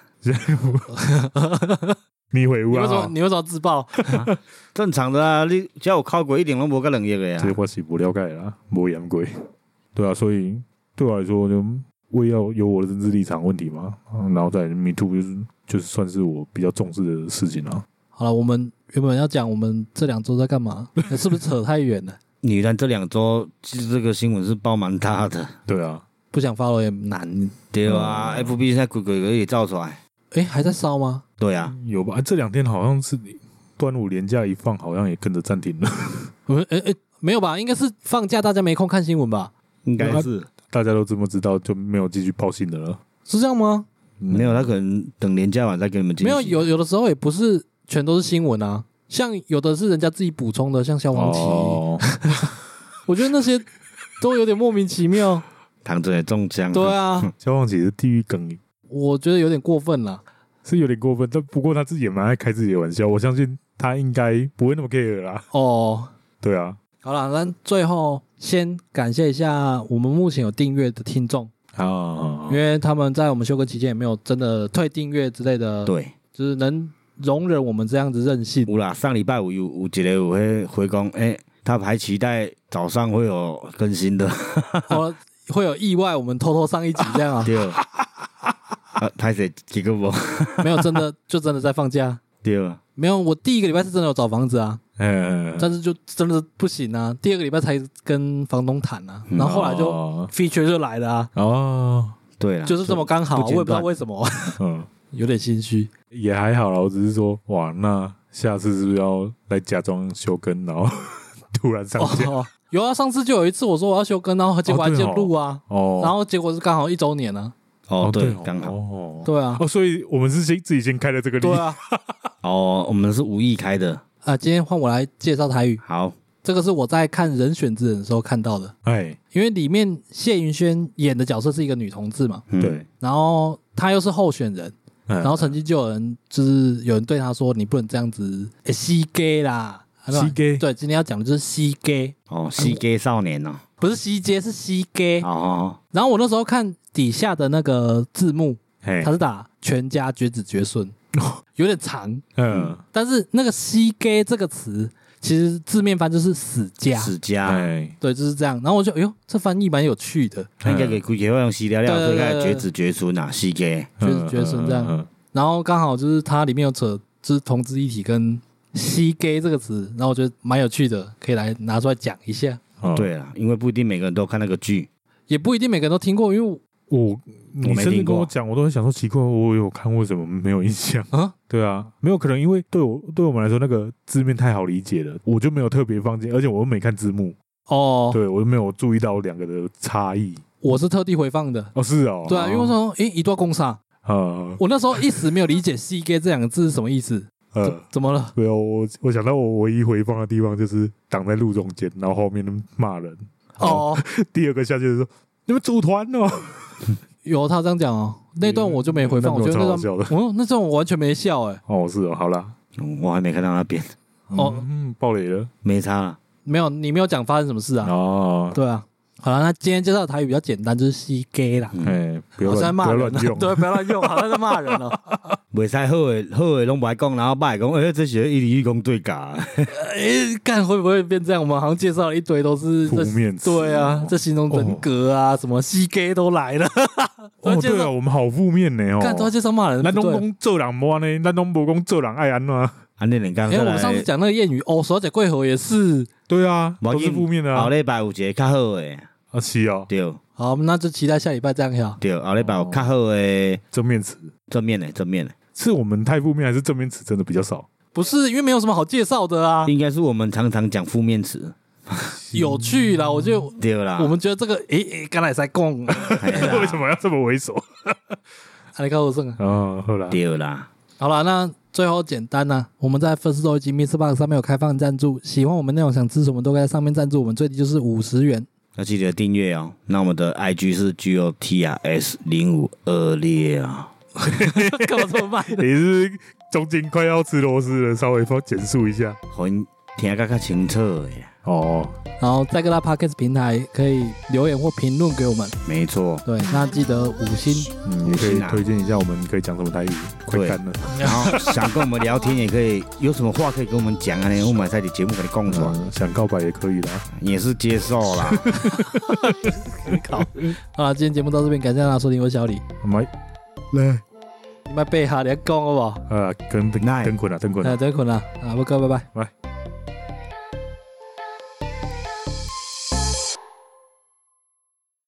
你回屋
你为
啊
什么？你为什么要自爆？
正常的啊，你只要有靠过一点拢无甲两亿个
这
啊。
我是不了解啦，无言过。对啊，所以对我来说，就我也要有我的政治立场问题嘛，嗯然后再 Me Too 就是就是算是我比较重视的事情啊。
好了，我们原本要讲我们这两周在干 嘛，欸是不是扯太远了？
女篮这两周其实这个新闻是报蛮大的，
对啊，
不想 follow 也难。
对啊、
嗯
f b 现在鬼鬼鬼也照出来，
哎、还在烧吗？
对啊，
有吧？啊这两天好像是端午连假一放，好像也跟着暂停了，
我们哎哎，欸没有吧？应该是放假，大家没空看新闻吧？
应
该
是
大家都这么知道，就没有继续报信的了。
是这样吗？
嗯
没有，他可能等年假完再给你们惊
没
喜
有，有有的时候也不是全都是新闻啊，像有的是人家自己补充的，像消防旗，
哦，
我觉得那些都有点莫名其 妙。
躺着也中枪，
对，啊，
消防旗的地狱梗
我觉得有点过分了。
是有点过分，但不过他自己也蛮爱开自己的玩笑，我相信他应该不会那么 care 啦。
哦，
对啊，
好了，那最后先感谢一下我们目前有订阅的听众，
哦
啊
因，为他们在我们休更期间也没有真的退订阅之类的，
对，
就是能容忍我们这样子任性。
哦有啦，上礼拜五有有一个有迄回讲，诶、他还期待早上会有更新的，
哦，会有意外，我们偷偷上一集这 样啊？
对，啊，拍谁几个无，
没有，真的就真的在放假。
对，
没有，我第一个礼拜是真的有找房子啊，
嗯，
但是就真的不行啊。第二个礼拜才跟房东谈啊，
嗯
然后后来就
哦
feature 就来了啊，
哦，
对啦，
就是这么刚好，啊
不
我
简
也不知道
短
为什么，
嗯，
有点心虚。
也还好啦。我只是说，哇，那下次是不是要来假装休更，然后 突然上架？
哦，有啊，上次就有一次我说我要休更，然后结果还
哦对
就
哦
录啊，
哦，
然后结果是刚好一周年啊，
哦，对，
哦
刚好，
哦，
对啊，
哦，所以我们是先自己先开了这个例
对，啊，
哦，我们是无意开的，
啊，今天换我来介绍台语，
好，
这个是我在看《人选之人》的时候看到的，
哎，
因为里面谢云轩演的角色是一个女同志嘛，
嗯
对，
然后她又是候选人，
然
然后曾经就有人就是有人对他说：“你不能这样子，欸吸 gay 啦，啊
吸 gay
对，今天要讲的就是吸 gay，
哦，西街少年哦，
不是吸街，是吸 gay。
哦，
然后我那时候看底下的那个字幕，
哎
他，是打“全家绝子绝孙”，有点长，
嗯，
但是那个吸 gay 这个词其实字面翻就是死家，
史家，
哎，
对，就是这样。然后我就哎呦，这翻译蛮有趣的，
他应该给估计会用西聊聊，
对对对
这个
对
绝子绝孙啊，西街，
绝子绝孙这样。
嗯
然后刚好就是它里面有扯，就是同志一体跟吸 gay 这个词，然后我觉得蛮有趣的，可以来拿出来讲一下。
嗯，嗯嗯嗯
对啦，因为不一定每个人都有看那个剧，
也不一定每个人都听过，因为
我
我
你
没
甚至
听
跟
过
我讲，我都很想说奇怪，我有看过什么没有印象
啊？
对啊，没有可能，因为对我对我们来说，那个字面太好理解了，我就没有特别放进，而且我又没看字幕，
我哦，
对我又没有注意到两个的差异。
我是特地回放的，
哦，是哦，
对啊，因为我想说，诶，一段工伤，
呃
我那时候一时没有理解 “C gay” 这两个字是什么意思，怎
呃，
怎么了？
没有，我我想到我唯一回放的地方就是挡在路中间，然后后面骂人。
哦，
第二个下去的时候，你们组团哦，
有他这样讲哦，那段我就没回放，我
那
觉
段
得那
超好
段，
笑的。
哦，那段我完全没笑，哎，
哦，是哦，好啦，
嗯我还没看到那边，
哦
嗯，爆雷了
没差啦，
没有，你没有讲发生什么事啊？
哦，
对啊，好了，那今天介绍的台语比较简单，就是 “C gay” 啦，
嗯，
哎，不要
我在
乱不
骂
要
人
乱
啊，
用，
对，不要乱用，好像在骂人 哦。
袂使好诶，好诶拢不爱讲，然后歹讲，哎，这些一理讲对假，
哎，干会不会变这样？我们好像介绍了一堆都是
负
这
面词
对啊
哦，
这形容人格啊，什么西 gay 都来了，都
哦，
在介
对
绍
啊，我们好负面呢哦。
干都要介绍骂人。
咱
不
拢
对
讲做人无安尼，咱拢无讲做人爱安怎？
安尼人讲
哎，
再
我们上次
来，
讲那个谚语哦，手脚贵和也是。
对啊，
没关
都
系
是负面的
后
啊。
礼拜有一个较好诶，
啊，是哦，
对
好，那就期待下礼拜这样呀。
对，后礼拜有较好诶
正面词
正面诶正面诶，
是我们太负面，还是正面词真的比较少？
不是因为没有什么好介绍的啊，
嗯
应该是我们常常讲负面词，
有趣啦。我觉得
对啦，
我们觉得这个，诶诶，刚才在啊供，
嘿 啦
为什么要这么猥 琐？
阿里高我胜啊。
啊，好啦，
对啦，
好了，那最后简单呢、我们在 First Story 及 Mr. Box 上面有开放赞助，喜欢我们内容想支持我们都可以在上面赞助，我们最低就是五十元。
要记得订阅哦。那我们的 IG 是 G O T R S 零五二 六啊，
干嘛这么慢？
也是中间快要吃螺丝了，稍微放减速一下。
互因听个较清楚诶。
哦，
然后在各大 podcast 平台可以留言或评论给我们。
没错。
对，那记得五星。
嗯，也可
是
以
啦
推荐一下我们可以讲什么台语，快干了。
然后想跟我们聊天也可以，有什么话可以跟我们讲啊？呢，我们在你节目给你供出来，
嗯想告白也可以啦。
也是接受啦。
好了，今天节目到这边，感谢大家收听，我是小李。
买
来，
你们背下来讲好不好？
啊，跟
耐
跟滚啊，跟滚啊
哎，。等一下困了啊，不哥，拜拜。
拜。